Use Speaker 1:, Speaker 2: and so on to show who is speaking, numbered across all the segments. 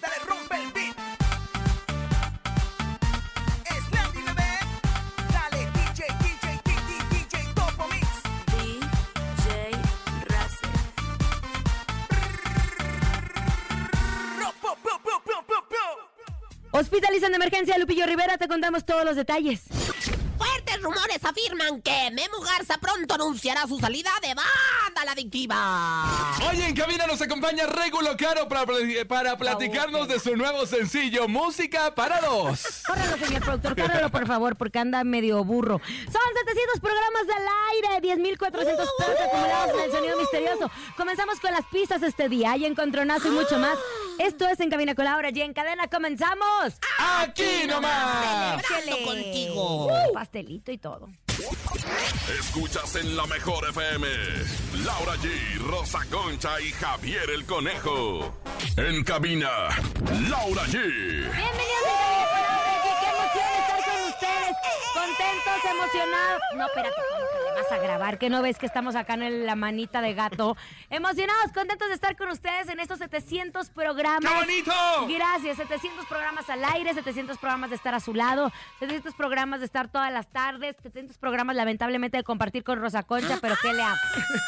Speaker 1: dale rompe el beat. Slandy bebé, dale DJ, DJ, DJ, DJ, Topo Mix.
Speaker 2: DJ Racer.
Speaker 1: Ro, po, po, po, po, po, po.
Speaker 3: Hospitalizan de emergencia Lupillo Rivera, te contamos todos los detalles.
Speaker 4: Fuertes rumores afirman que Memo Garza pronto anunciará su salida de banda la adictiva.
Speaker 5: Hoy en cabina nos acompaña Regulo Caro para, pl- para platicarnos de su nuevo sencillo, Música para Dos.
Speaker 3: Córralo, señor productor, córralo, por favor, porque anda medio burro. Son 700 programas al aire, 10.400 pesos acumulados en el sonido misterioso. Comenzamos con las pistas este día, hay encontronazo y mucho más. Esto es En Cabina con Laura y en cadena comenzamos.
Speaker 5: ¡Aquí nomás!
Speaker 4: Celebrando
Speaker 3: Échale.
Speaker 4: contigo.
Speaker 3: Uh, pastelito y todo.
Speaker 6: Escuchas en la mejor FM. Laura G, Rosa Concha y Javier el Conejo. En cabina, Laura G.
Speaker 3: Bienvenidos En Cabina con Laura G. Qué emoción estar con ustedes. Contentos, emocionados. No, espérate, ¿cómo que le vas a grabar? que no ves que estamos acá en el- la manita de gato? Emocionados, contentos de estar con ustedes en estos 700
Speaker 5: ¡Qué
Speaker 3: programas.
Speaker 5: bonito!
Speaker 3: Gracias, 700 programas al aire, 700 programas de estar a su lado, 700 programas de estar todas las tardes, 700 programas lamentablemente de compartir con Rosa Concha, pero ¿qué le hago?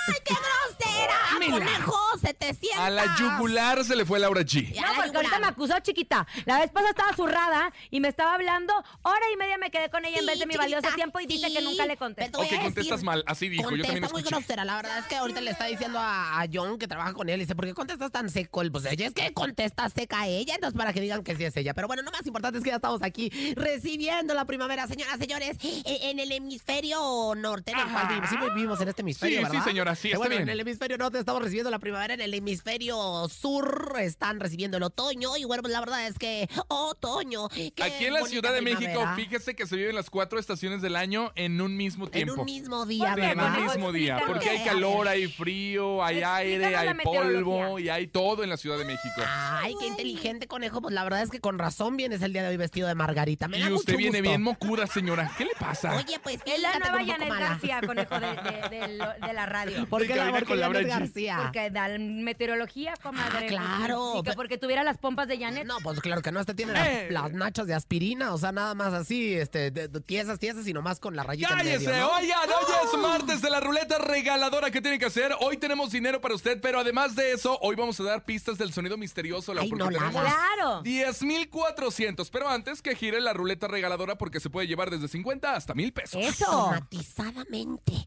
Speaker 4: ¡Ay, qué grosera!
Speaker 5: Mira.
Speaker 4: ¡Conejo, 700!
Speaker 5: A la yugular se le fue Laura G.
Speaker 4: Ya
Speaker 3: No,
Speaker 4: la
Speaker 3: porque ahorita
Speaker 4: yugular.
Speaker 3: me acusó chiquita. La vez pasada estaba zurrada y me estaba hablando. Hora y media me quedé con ella en
Speaker 4: Sí,
Speaker 3: vez de mi
Speaker 4: chiquita,
Speaker 3: valioso tiempo y dice
Speaker 4: sí,
Speaker 3: que nunca le
Speaker 4: pero te
Speaker 3: contesté.
Speaker 4: voy
Speaker 5: Ok,
Speaker 4: a decir,
Speaker 5: contestas mal, así dijo, yo
Speaker 4: Contesta
Speaker 5: también
Speaker 4: muy
Speaker 5: escuché.
Speaker 4: grosera, la verdad es que ahorita le está diciendo a, a John que trabaja con él, dice, ¿por qué contestas tan seco? Pues ella es que contesta seca a ella, entonces para que digan que sí es ella. Pero bueno, lo más importante es que ya estamos aquí recibiendo la primavera, señoras, señores, e, en, en el hemisferio norte, en el cual vivimos, sí vivimos en este hemisferio,
Speaker 5: Sí, sí,
Speaker 4: ¿verdad?
Speaker 5: señora, sí,
Speaker 4: Eh,
Speaker 5: está
Speaker 4: bueno,
Speaker 5: bien.
Speaker 4: en el hemisferio norte estamos recibiendo la primavera, en el hemisferio sur están recibiendo el otoño, y bueno, pues la verdad es que otoño. qué
Speaker 5: Aquí en la
Speaker 4: bonita
Speaker 5: Ciudad de México,
Speaker 4: primavera.
Speaker 5: fíjese que se viven las cuatro estaciones del año en un mismo
Speaker 4: En
Speaker 5: tiempo.
Speaker 4: un mismo día,
Speaker 3: Pues,
Speaker 5: Sí, en
Speaker 4: ¿verdad?
Speaker 5: un mismo día,
Speaker 3: Explícanos.
Speaker 5: porque hay calor, hay frío, hay
Speaker 3: Explícanos
Speaker 5: aire,
Speaker 3: la
Speaker 5: hay polvo
Speaker 3: meteorología.
Speaker 5: y hay todo en la Ciudad de México.
Speaker 4: Ay, qué inteligente conejo. Pues la verdad es que con razón vienes el día de hoy vestido de margarita. Me da
Speaker 5: Y usted
Speaker 4: mucho
Speaker 5: viene
Speaker 4: gusto.
Speaker 5: bien mocuda, señora. ¿Qué le pasa?
Speaker 4: Oye, pues
Speaker 3: Es la
Speaker 4: fíjate
Speaker 3: nueva
Speaker 4: como un poco
Speaker 3: Janet
Speaker 4: mala.
Speaker 3: García, conejo de, de- de lo- de la radio.
Speaker 4: ¿Por
Speaker 5: De
Speaker 4: qué la
Speaker 5: cabina
Speaker 4: porque
Speaker 5: con Laura
Speaker 4: Janet
Speaker 5: G.
Speaker 4: García?
Speaker 3: Porque da meteorología, comadre.
Speaker 4: Ah, claro,
Speaker 3: Y que
Speaker 4: pero-
Speaker 3: porque tuviera las pompas de Janet.
Speaker 4: No, pues claro que no. Este tiene las,
Speaker 5: Eh.
Speaker 4: las nachas de aspirina, o sea, nada más así, este, de- de- tiesas, tiesas y nomás con la rayita en
Speaker 5: ¡Cállese! oh!
Speaker 4: medio, ¿no?
Speaker 5: Oigan, hoy es martes de la ruleta regaladora que tiene que hacer. Hoy tenemos dinero para usted, pero además de eso, hoy vamos a dar pistas del sonido misterioso. Laura,
Speaker 4: Ay,
Speaker 5: porque
Speaker 4: no la
Speaker 5: tenemos
Speaker 4: hagas.
Speaker 3: Claro.
Speaker 5: 10,400. Pero antes que gire la ruleta regaladora, porque se puede llevar desde 50 hasta mil pesos.
Speaker 3: Eso.
Speaker 4: Automatizadamente.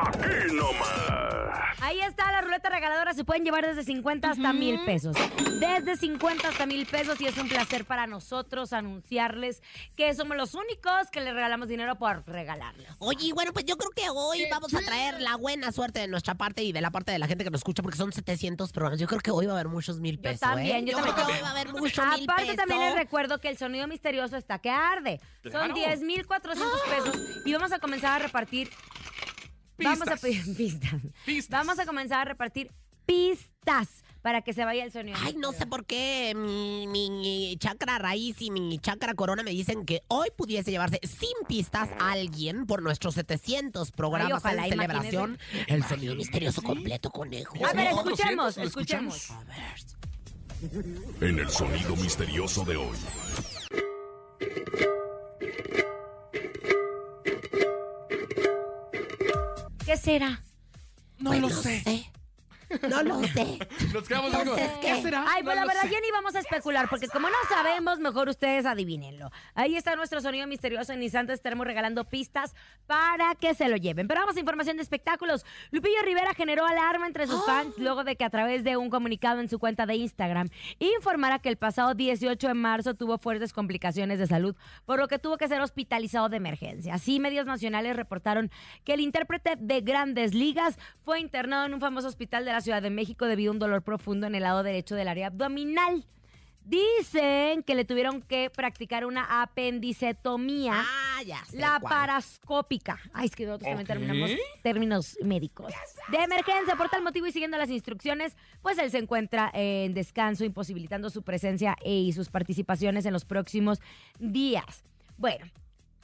Speaker 6: Aquí nomás. regaladora.
Speaker 3: Ahí está la ruleta regaladora. Se pueden llevar desde 50 hasta mil pesos. Desde 50 hasta mil pesos. Y es un placer para nosotros anunciarles que somos los únicos que les regalamos dinero por regalarles.
Speaker 4: Oye, bueno, pues yo creo que
Speaker 3: Eh,
Speaker 4: hoy vamos a traer la buena suerte de nuestra parte y de la parte de la gente que nos escucha, porque son 700 programas. Yo creo que hoy va a haber muchos mil pesos. ¿eh?
Speaker 3: también, yo
Speaker 4: creo
Speaker 3: también.
Speaker 4: que hoy va a haber muchos mil pesos.
Speaker 3: Aparte también les recuerdo que el sonido misterioso está que arde. Son
Speaker 5: Claro.
Speaker 3: 10.400 pesos y vamos a comenzar a repartir. Vamos a
Speaker 5: Pistas.
Speaker 3: pedir pistas.
Speaker 5: Pistas.
Speaker 3: Vamos a comenzar a repartir pistas para que se vaya el sonido.
Speaker 4: Ay, no sé
Speaker 3: misterioso.
Speaker 4: por qué mi, mi- mi chakra raíz y mi chakra corona me dicen que hoy pudiese llevarse sin pistas a alguien por nuestros 700 programas
Speaker 3: Ay, ojalá,
Speaker 4: en celebración. El sonido misterioso completo, conejo.
Speaker 3: A ver,
Speaker 5: 10.400,
Speaker 3: escuchemos,
Speaker 5: lo
Speaker 3: escuchemos.
Speaker 4: A ver.
Speaker 6: En el sonido misterioso de hoy.
Speaker 3: ¿Qué será?
Speaker 5: No
Speaker 4: Pues
Speaker 5: lo sé.
Speaker 4: No lo sé.
Speaker 5: Nos quedamos algo.
Speaker 4: Entonces, ¿qué?
Speaker 5: ¿Qué será?
Speaker 3: Ay, pues la
Speaker 5: No lo
Speaker 3: verdad,
Speaker 5: sé.
Speaker 3: ya ni vamos a especular, porque como no sabemos, mejor ustedes adivínenlo. Ahí está nuestro sonido misterioso. En instantes estaremos regalando pistas para que se lo lleven. Pero vamos a información de espectáculos. Lupillo Rivera generó alarma entre sus
Speaker 5: ¡Ah!
Speaker 3: fans luego de que a través de un comunicado en su cuenta de Instagram informara que el pasado 18 de marzo tuvo fuertes complicaciones de salud, por lo que tuvo que ser hospitalizado de emergencia. Así, medios nacionales reportaron que el intérprete de Grandes Ligas fue internado en un famoso hospital de la Ciudad de México debido a un dolor profundo en el lado derecho del área abdominal. Dicen que le tuvieron que practicar una apendicetomía.
Speaker 4: Ah, ya sé
Speaker 3: La
Speaker 4: cuál.
Speaker 3: parascópica. Ay, es que nosotros también
Speaker 5: Ok.
Speaker 3: terminamos términos médicos. De emergencia, por tal motivo y siguiendo las instrucciones, pues él se encuentra en descanso, imposibilitando su presencia e- y sus participaciones en los próximos días. Bueno.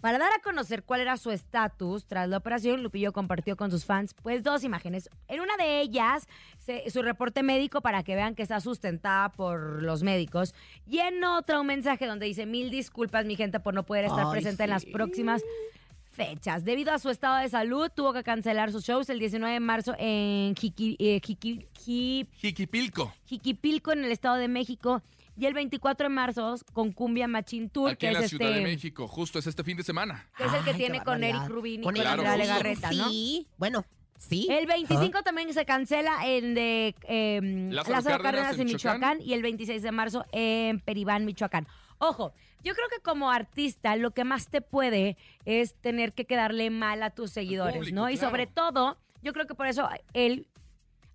Speaker 3: Para dar a conocer cuál era su estatus tras la operación, Lupillo compartió con sus fans pues dos imágenes. En una de ellas, se- su reporte médico para que vean que está sustentada por los médicos. Y en otra, un mensaje donde dice, mil disculpas mi gente por no poder estar
Speaker 4: Ay,
Speaker 3: presente en las
Speaker 4: sí.
Speaker 3: próximas fechas. Debido a su estado de salud, tuvo que cancelar sus shows el 19 de marzo en Jiqui- eh, Jiqui- Ji-
Speaker 5: Jiquipilco.
Speaker 3: Jiquipilco, en el Estado de México, y el 24 de marzo con Cumbia Machín Tour,
Speaker 5: Aquí
Speaker 3: que
Speaker 5: en
Speaker 3: es,
Speaker 5: la
Speaker 3: este,
Speaker 5: Ciudad de México. Justo es este fin de semana.
Speaker 3: que es el que
Speaker 4: Ay, qué
Speaker 3: tiene con Eric
Speaker 4: barbaridad.
Speaker 3: Rubin y
Speaker 4: Con
Speaker 3: con
Speaker 4: Eric
Speaker 5: Andrea
Speaker 3: Andrea
Speaker 4: Rubin,
Speaker 3: Legarreta, ¿no?
Speaker 4: Sí, bueno, sí.
Speaker 3: El 25 también se cancela en de eh, Lázaro, Cárdenas,
Speaker 5: Lázaro Cárdenas
Speaker 3: en
Speaker 5: en
Speaker 3: Michoacán.
Speaker 5: Michoacán.
Speaker 3: y el 26 de marzo en Peribán, Michoacán. Ojo, yo creo que como artista lo que más te puede es tener que quedarle mal a tus seguidores,
Speaker 5: público,
Speaker 3: ¿no? Y
Speaker 5: claro.
Speaker 3: sobre todo, yo creo que por eso él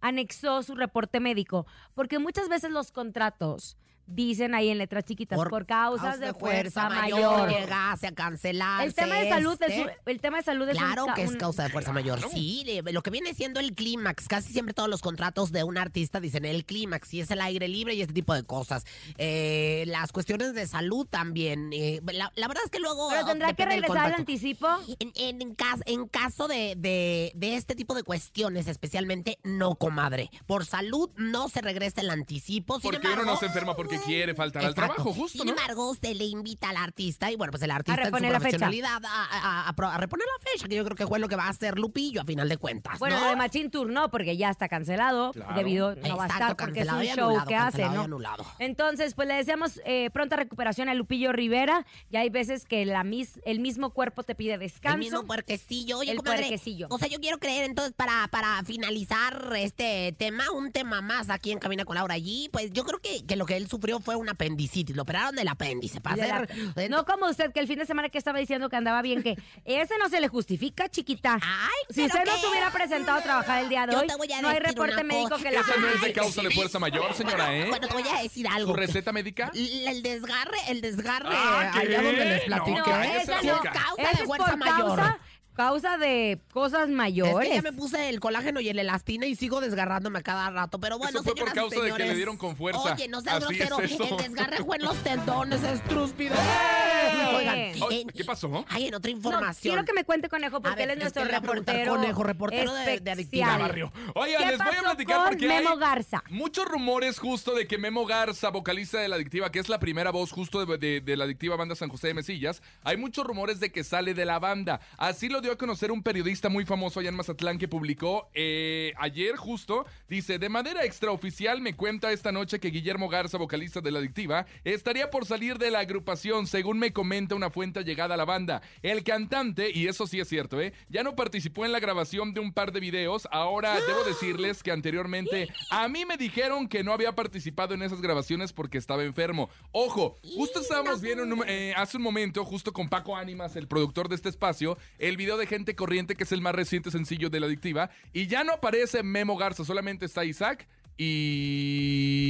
Speaker 3: anexó su reporte médico, porque muchas veces los contratos dicen ahí en letras chiquitas por,
Speaker 4: Por
Speaker 3: causas, de, fuerza, mayor.
Speaker 4: Llegase a cancelar.
Speaker 3: El tema de salud es un- el tema de salud es un
Speaker 4: este. Claro
Speaker 3: ca-
Speaker 4: que es
Speaker 3: un-
Speaker 4: causa de fuerza mayor.
Speaker 5: Claro.
Speaker 4: Sí, le- lo que viene siendo el clímax. Casi siempre todos los contratos de un artista dicen el clímax y es el aire libre y este tipo de cosas. Eh, las cuestiones de salud también. eh, la, la verdad es que luego.
Speaker 3: Pero tendrá que
Speaker 4: depende del
Speaker 3: regresar al
Speaker 4: contrato.
Speaker 3: anticipo.
Speaker 4: En, en, en cas- en caso de, de- de este tipo de cuestiones, especialmente, no, comadre. Por salud no se regresa el anticipo. Sin
Speaker 5: Porque uno
Speaker 4: embargo-
Speaker 5: no se enferma porque quiere faltar al
Speaker 4: Exacto.
Speaker 5: trabajo, justo,
Speaker 4: Sin
Speaker 5: ¿no?
Speaker 4: embargo, usted le invita al artista y bueno, pues el artista en su
Speaker 3: reponer la fecha.
Speaker 4: profesionalidad a, a- a pro- a reponer la fecha, que yo creo que fue lo que va a hacer Lupillo a final de cuentas.
Speaker 3: Bueno,
Speaker 4: ¿no?
Speaker 3: lo de Machín Tour no, porque ya está cancelado,
Speaker 5: Claro.
Speaker 3: debido no
Speaker 4: Exacto,
Speaker 3: va a estar porque es
Speaker 4: cancelado
Speaker 3: un
Speaker 4: y
Speaker 3: show
Speaker 4: anulado,
Speaker 3: que hace,
Speaker 4: cancelado y
Speaker 3: ¿no?
Speaker 4: anulado.
Speaker 3: Entonces, pues le deseamos eh, pronta recuperación a Lupillo Rivera. Ya hay veces que la mis- el mismo cuerpo te pide
Speaker 4: El
Speaker 3: descanso.
Speaker 4: mismo puerquecillo. Oye,
Speaker 3: El
Speaker 4: comadre,
Speaker 3: puerquecillo.
Speaker 4: O sea, yo quiero creer, entonces, para, para finalizar este tema, un tema más aquí en Camina con Laura allí, pues yo creo que, que lo que él sufrió fue un apendicitis. Lo operaron del apéndice para
Speaker 3: Y de la-
Speaker 4: hacer... eh,
Speaker 3: No como usted, que el fin de semana que estaba diciendo que andaba bien, que ese no se le justifica, chiquita.
Speaker 4: Ay,
Speaker 3: si
Speaker 4: pero
Speaker 3: usted no
Speaker 4: qué-
Speaker 3: se hubiera presentado a trabajar el día de
Speaker 4: Yo
Speaker 3: hoy,
Speaker 4: te voy a
Speaker 3: no hay
Speaker 4: decir
Speaker 3: reporte
Speaker 4: una
Speaker 3: médico
Speaker 4: cosa.
Speaker 3: que la
Speaker 5: Eso no es de
Speaker 3: Ay,
Speaker 5: causa de fuerza mayor, señora, ¿eh?
Speaker 4: Ah, Bueno, te voy a decir
Speaker 5: ¿Su
Speaker 4: algo.
Speaker 5: receta médica?
Speaker 4: L- El desgarre, el desgarre.
Speaker 5: Ah, ¿qué?
Speaker 4: allá donde les
Speaker 5: No,
Speaker 4: platiqué.
Speaker 5: cállese
Speaker 4: es
Speaker 5: la boca.
Speaker 4: causa
Speaker 3: ese
Speaker 4: de
Speaker 3: es
Speaker 4: fuerza
Speaker 3: por
Speaker 4: mayor.
Speaker 3: causa, causa de cosas
Speaker 4: Es
Speaker 3: mayores.
Speaker 4: que ya me puse el colágeno y el elastina y sigo desgarrándome a cada rato. Pero bueno,
Speaker 5: Eso fue por
Speaker 4: señoras y
Speaker 5: causa de que le
Speaker 4: señores,
Speaker 5: dieron con fuerza.
Speaker 4: Oye, no seas
Speaker 5: Así es
Speaker 4: grosero.
Speaker 5: eso.
Speaker 4: el desgarre fue en los tendones, estrúspido. Oigan,
Speaker 5: Ay,
Speaker 4: en-
Speaker 5: ¡Eh! ¿Qué pasó?
Speaker 4: Ay, en otra
Speaker 3: No,
Speaker 4: información.
Speaker 3: quiero que me cuente, Conejo, porque
Speaker 4: A ver,
Speaker 3: él es nuestro
Speaker 4: espera, voy a preguntar,
Speaker 3: reportero.
Speaker 4: Conejo, reportero de- de Adictiva
Speaker 3: especial.
Speaker 5: Barrio. Oigan,
Speaker 3: ¿Qué
Speaker 5: les voy
Speaker 3: pasó
Speaker 5: a platicar
Speaker 3: con
Speaker 5: porque
Speaker 3: Memo
Speaker 5: hay
Speaker 3: Garza?
Speaker 5: muchos rumores justo de que Memo Garza, vocalista de La Adictiva, que es la primera voz justo de, de- de la adictiva banda San José de Mesillas, hay muchos rumores de que sale de la banda. Así lo dio a conocer un periodista muy famoso allá en Mazatlán que publicó eh, ayer justo, dice, de manera extraoficial me cuenta esta noche que Guillermo Garza, vocalista de La Adictiva, estaría por salir de la agrupación, según me comenta una fuente llegada a la banda. El cantante, y eso sí es cierto, ¿eh? ya no participó en la grabación de un par de videos. Ahora debo decirles que anteriormente a mí me dijeron que no había participado en esas grabaciones porque estaba enfermo. Ojo, justo estábamos viendo en un- eh, hace un momento, justo con Paco Ánimas, el productor de este espacio, el video de Gente Corriente, que es el más reciente sencillo de la adictiva, y ya no aparece Memo Garza, solamente está Isaac y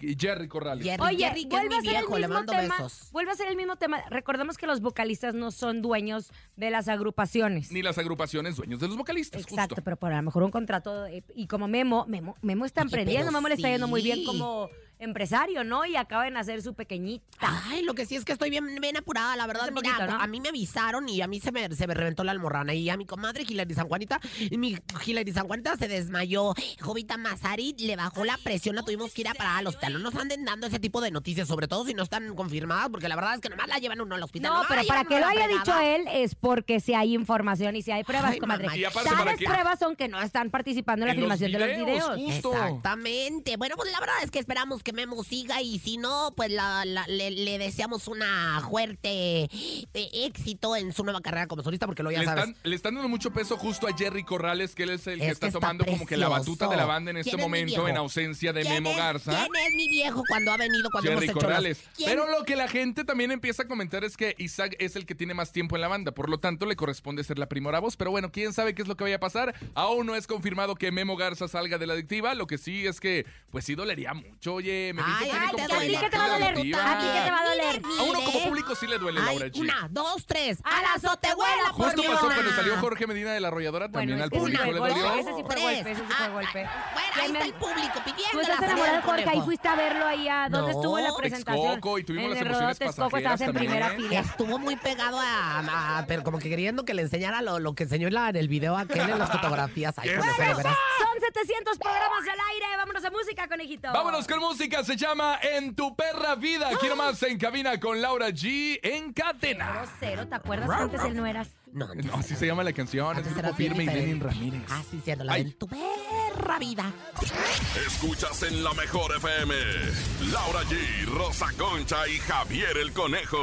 Speaker 5: y Jerry Corrales.
Speaker 4: Jerry,
Speaker 3: Oye,
Speaker 4: Jerry, que es
Speaker 3: vuelve a
Speaker 4: mi
Speaker 3: ser el
Speaker 4: viejo, le
Speaker 3: mismo
Speaker 4: mando
Speaker 3: tema.
Speaker 4: besos.
Speaker 3: Vuelve a ser el mismo tema. Recordemos que los vocalistas no son dueños de las agrupaciones.
Speaker 5: Ni las agrupaciones dueños de los vocalistas.
Speaker 3: Exacto,
Speaker 5: justo.
Speaker 3: pero por a lo mejor un contrato eh, y como Memo, Memo, Memo está
Speaker 4: Oye,
Speaker 3: emprendiendo,
Speaker 4: pero
Speaker 3: Memo le está yendo muy bien
Speaker 4: sí.
Speaker 3: como empresario, ¿no? Y acaba de nacer su pequeñita.
Speaker 4: Ay, lo que sí es que estoy bien, bien apurada, la verdad.
Speaker 3: Hace
Speaker 4: mira,
Speaker 3: poquito, ¿no?
Speaker 4: a mí me avisaron y a mí se me, se me reventó la almorrana. Y a mi comadre Hilary San Juanita, y mi Hilary San Juanita se desmayó. Jovita Mazari le bajó la presión, la tuvimos que ir a parar al hospital. No nos anden dando ese tipo de noticias, sobre todo si no están confirmadas, porque la verdad es que nomás la llevan uno al hospital.
Speaker 3: No,
Speaker 4: Nomás
Speaker 3: pero
Speaker 4: la
Speaker 3: para
Speaker 4: llevan
Speaker 3: que
Speaker 4: uno
Speaker 3: lo
Speaker 4: a la
Speaker 3: haya dicho
Speaker 4: fregada.
Speaker 3: él es porque si hay información y si hay pruebas,
Speaker 4: Ay,
Speaker 3: comadre.
Speaker 4: mamá,
Speaker 5: Y aparte, ¿para
Speaker 3: Tales
Speaker 5: qué?
Speaker 3: pruebas son que no están participando en la
Speaker 5: En los
Speaker 3: filmación de los
Speaker 5: videos,
Speaker 3: videos.
Speaker 5: justo.
Speaker 4: Exactamente. Bueno, pues la verdad es que esperamos que Memo siga y si no, pues la- la- le, le deseamos una fuerte eh, éxito en su nueva carrera como solista, porque lo ya
Speaker 5: Le
Speaker 4: sabes.
Speaker 5: están, le están dando mucho peso justo a Jerry Corrales, que él es el que
Speaker 4: Es
Speaker 5: está,
Speaker 4: que está
Speaker 5: tomando como que la
Speaker 4: precioso.
Speaker 5: batuta de la banda en
Speaker 4: ¿Quién
Speaker 5: este
Speaker 4: es mi
Speaker 5: momento,
Speaker 4: viejo?
Speaker 5: en ausencia de
Speaker 4: ¿Quién
Speaker 5: Memo
Speaker 4: es-
Speaker 5: Garza.
Speaker 4: ¿Quién es mi viejo cuando ha venido, cuando
Speaker 5: Jerry
Speaker 4: hemos hecho
Speaker 5: Corrales.
Speaker 4: las- ¿Quién?
Speaker 5: Pero lo que la gente también empieza a comentar es que Isaac es el que tiene más tiempo en la banda, por lo tanto le corresponde ser la primera voz. Pero bueno, quién sabe qué es lo que vaya a pasar. Aún no es confirmado que Memo Garza salga de la adictiva. Lo que sí es que, pues sí dolería mucho, oye. Me
Speaker 4: Ay, ay,
Speaker 3: ¿A
Speaker 4: te
Speaker 3: ti
Speaker 4: duele,
Speaker 3: qué te va a doler?
Speaker 4: adictiva.
Speaker 3: ¿A ti qué te va a doler?
Speaker 4: Mira,
Speaker 5: A uno como
Speaker 4: mire.
Speaker 5: público sí le duele,
Speaker 4: Ay,
Speaker 5: Laura G.
Speaker 4: una, dos, tres.
Speaker 3: ¡A la
Speaker 4: ¡A la azotehuela, por
Speaker 5: Justo
Speaker 4: mi
Speaker 5: pasó
Speaker 4: alma!
Speaker 5: cuando salió Jorge Medina de la arrolladora, también
Speaker 3: Bueno,
Speaker 5: al
Speaker 3: ese sí
Speaker 5: público
Speaker 3: fue
Speaker 5: le
Speaker 3: golpe,
Speaker 5: dolió.
Speaker 3: ese sí fue golpe, ese sí fue
Speaker 4: Tres. Ah,
Speaker 3: golpe.
Speaker 4: Bueno,
Speaker 3: Que
Speaker 4: ahí
Speaker 3: me-
Speaker 4: está el público pidiendo
Speaker 3: Tú
Speaker 4: la
Speaker 3: Pues estás
Speaker 4: salida
Speaker 3: enamorado de
Speaker 4: del
Speaker 3: Jorge, ahí
Speaker 4: conejo.
Speaker 3: fuiste a verlo allá. ¿Dónde
Speaker 4: No,
Speaker 3: estuvo la presentación?
Speaker 5: Texcoco, y tuvimos
Speaker 3: en
Speaker 5: las
Speaker 3: el
Speaker 5: emociones
Speaker 3: Rodó Texcoco, estabas
Speaker 5: pasajeras
Speaker 3: en
Speaker 5: también,
Speaker 3: primera
Speaker 5: ¿eh?
Speaker 3: fila.
Speaker 4: Estuvo muy pegado a, a- pero como que queriendo que le enseñara lo, lo que enseñó en, la- en el video aquel en las fotografías. Ay,
Speaker 5: Yes.
Speaker 4: con eso, de veras.
Speaker 3: Son 700 programas al aire. Vámonos a música, conejito.
Speaker 5: Vámonos con música, se llama En tu perra vida. Quiero más en cabina con Laura G
Speaker 3: Cero,
Speaker 5: en cadena.
Speaker 3: cero, ¿te acuerdas que antes él no eras?
Speaker 4: No, antes
Speaker 5: No, así
Speaker 4: era-
Speaker 5: se llama la canción. Es
Speaker 4: antes era
Speaker 5: grupo
Speaker 4: bien
Speaker 5: firme y Lenin
Speaker 4: diferente.
Speaker 5: Ramírez.
Speaker 4: Ah, sí, cierto, la
Speaker 5: Ay.
Speaker 4: de tu perra vida.
Speaker 6: Escuchas en la mejor FM. Laura G, Rosa Concha y Javier el Conejo.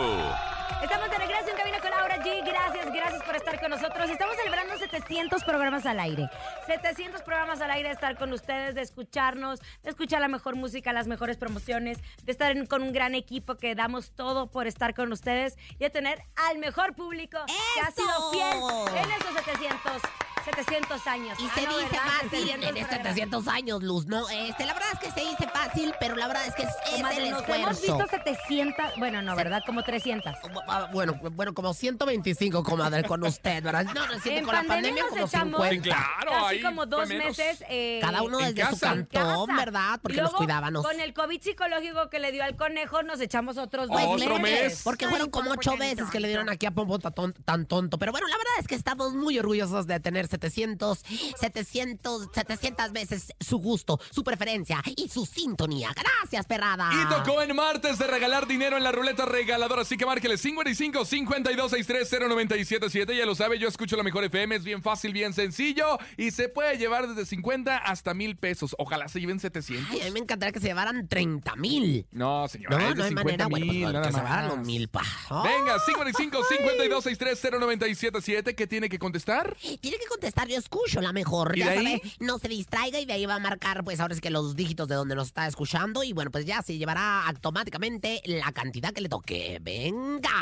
Speaker 3: Estamos de regreso en Cabina con Laura G. Gracias, gracias por estar con nosotros. Estamos celebrando 700 programas al aire. 700 programas al aire de estar con ustedes, de escucharnos, de escuchar la mejor música, las mejores promociones, de estar en- con un gran equipo que damos todo por estar con ustedes y de tener al mejor público que ha
Speaker 4: ¡Eso!
Speaker 3: sido fiel en esos 700, 700 años.
Speaker 4: Y
Speaker 3: Ah,
Speaker 4: se
Speaker 3: no,
Speaker 4: dice
Speaker 3: ¿verdad?
Speaker 4: fácil
Speaker 3: 700
Speaker 4: en este estos
Speaker 3: programas.
Speaker 4: 300 años, Luz, ¿no? Este, la verdad es que se dice fácil, pero la verdad es que es, es
Speaker 3: Comadre,
Speaker 4: el
Speaker 3: nos hemos
Speaker 4: esfuerzo.
Speaker 3: visto 700, bueno, no, ¿verdad? Como 300.
Speaker 4: Ah, Bueno, bueno, como 125, comadre, con usted, ¿verdad? No, no, siento,
Speaker 3: En
Speaker 4: con la
Speaker 3: pandemia
Speaker 4: pandemia
Speaker 3: nos
Speaker 4: como
Speaker 3: echamos
Speaker 4: 50.
Speaker 5: Sí, claro,
Speaker 3: casi
Speaker 5: ahí
Speaker 3: como
Speaker 5: fue
Speaker 3: dos
Speaker 5: menos.
Speaker 3: meses. eh,
Speaker 4: Cada uno
Speaker 5: en
Speaker 4: desde su
Speaker 5: casa.
Speaker 3: en casa.
Speaker 4: cantón, ¿verdad? Porque
Speaker 3: Luego,
Speaker 4: nos cuidábamos.
Speaker 3: Con el COVID psicológico que le dio al conejo, nos echamos otros dos
Speaker 4: Pues
Speaker 5: Otro
Speaker 4: sí,
Speaker 5: mes.
Speaker 4: Porque fueron como ocho veces que le dieron aquí a Pompo ta- ton- tan tonto. Pero bueno, la verdad es que estamos muy orgullosos de tener 700, 700, 700 veces su gusto, su preferencia y su sintonía. Gracias, perrada.
Speaker 5: Y tocó en martes de regalar dinero en la ruleta regaladora. Así que márqueles 55 52 63 0977. Ya lo sabe, yo escucho la mejor FM. Es bien fácil, bien sencillo. Y se puede llevar desde 50 hasta mil pesos. Ojalá se lleven 700.
Speaker 4: Ay, a mí me encantaría que se llevaran 30 mil.
Speaker 5: No,
Speaker 4: No,
Speaker 5: señora. es de
Speaker 4: no hay manera. Bueno,
Speaker 5: 50
Speaker 4: pues,
Speaker 5: mil,
Speaker 4: que
Speaker 5: nada
Speaker 4: se llevaran
Speaker 5: más.
Speaker 4: los mil, pa.
Speaker 5: Venga, 55 52 63 0977. ¿Qué tiene que contestar?
Speaker 4: Tiene que contestar, yo escucho la mejor.
Speaker 5: ¿Y
Speaker 4: Ya
Speaker 5: de ahí?
Speaker 4: sabe, no se distraiga y de ahí va a marcar, pues ahora es que los dígitos de donde nos está escuchando. Y bueno, pues ya se llevará automáticamente la cantidad que le toque. Venga.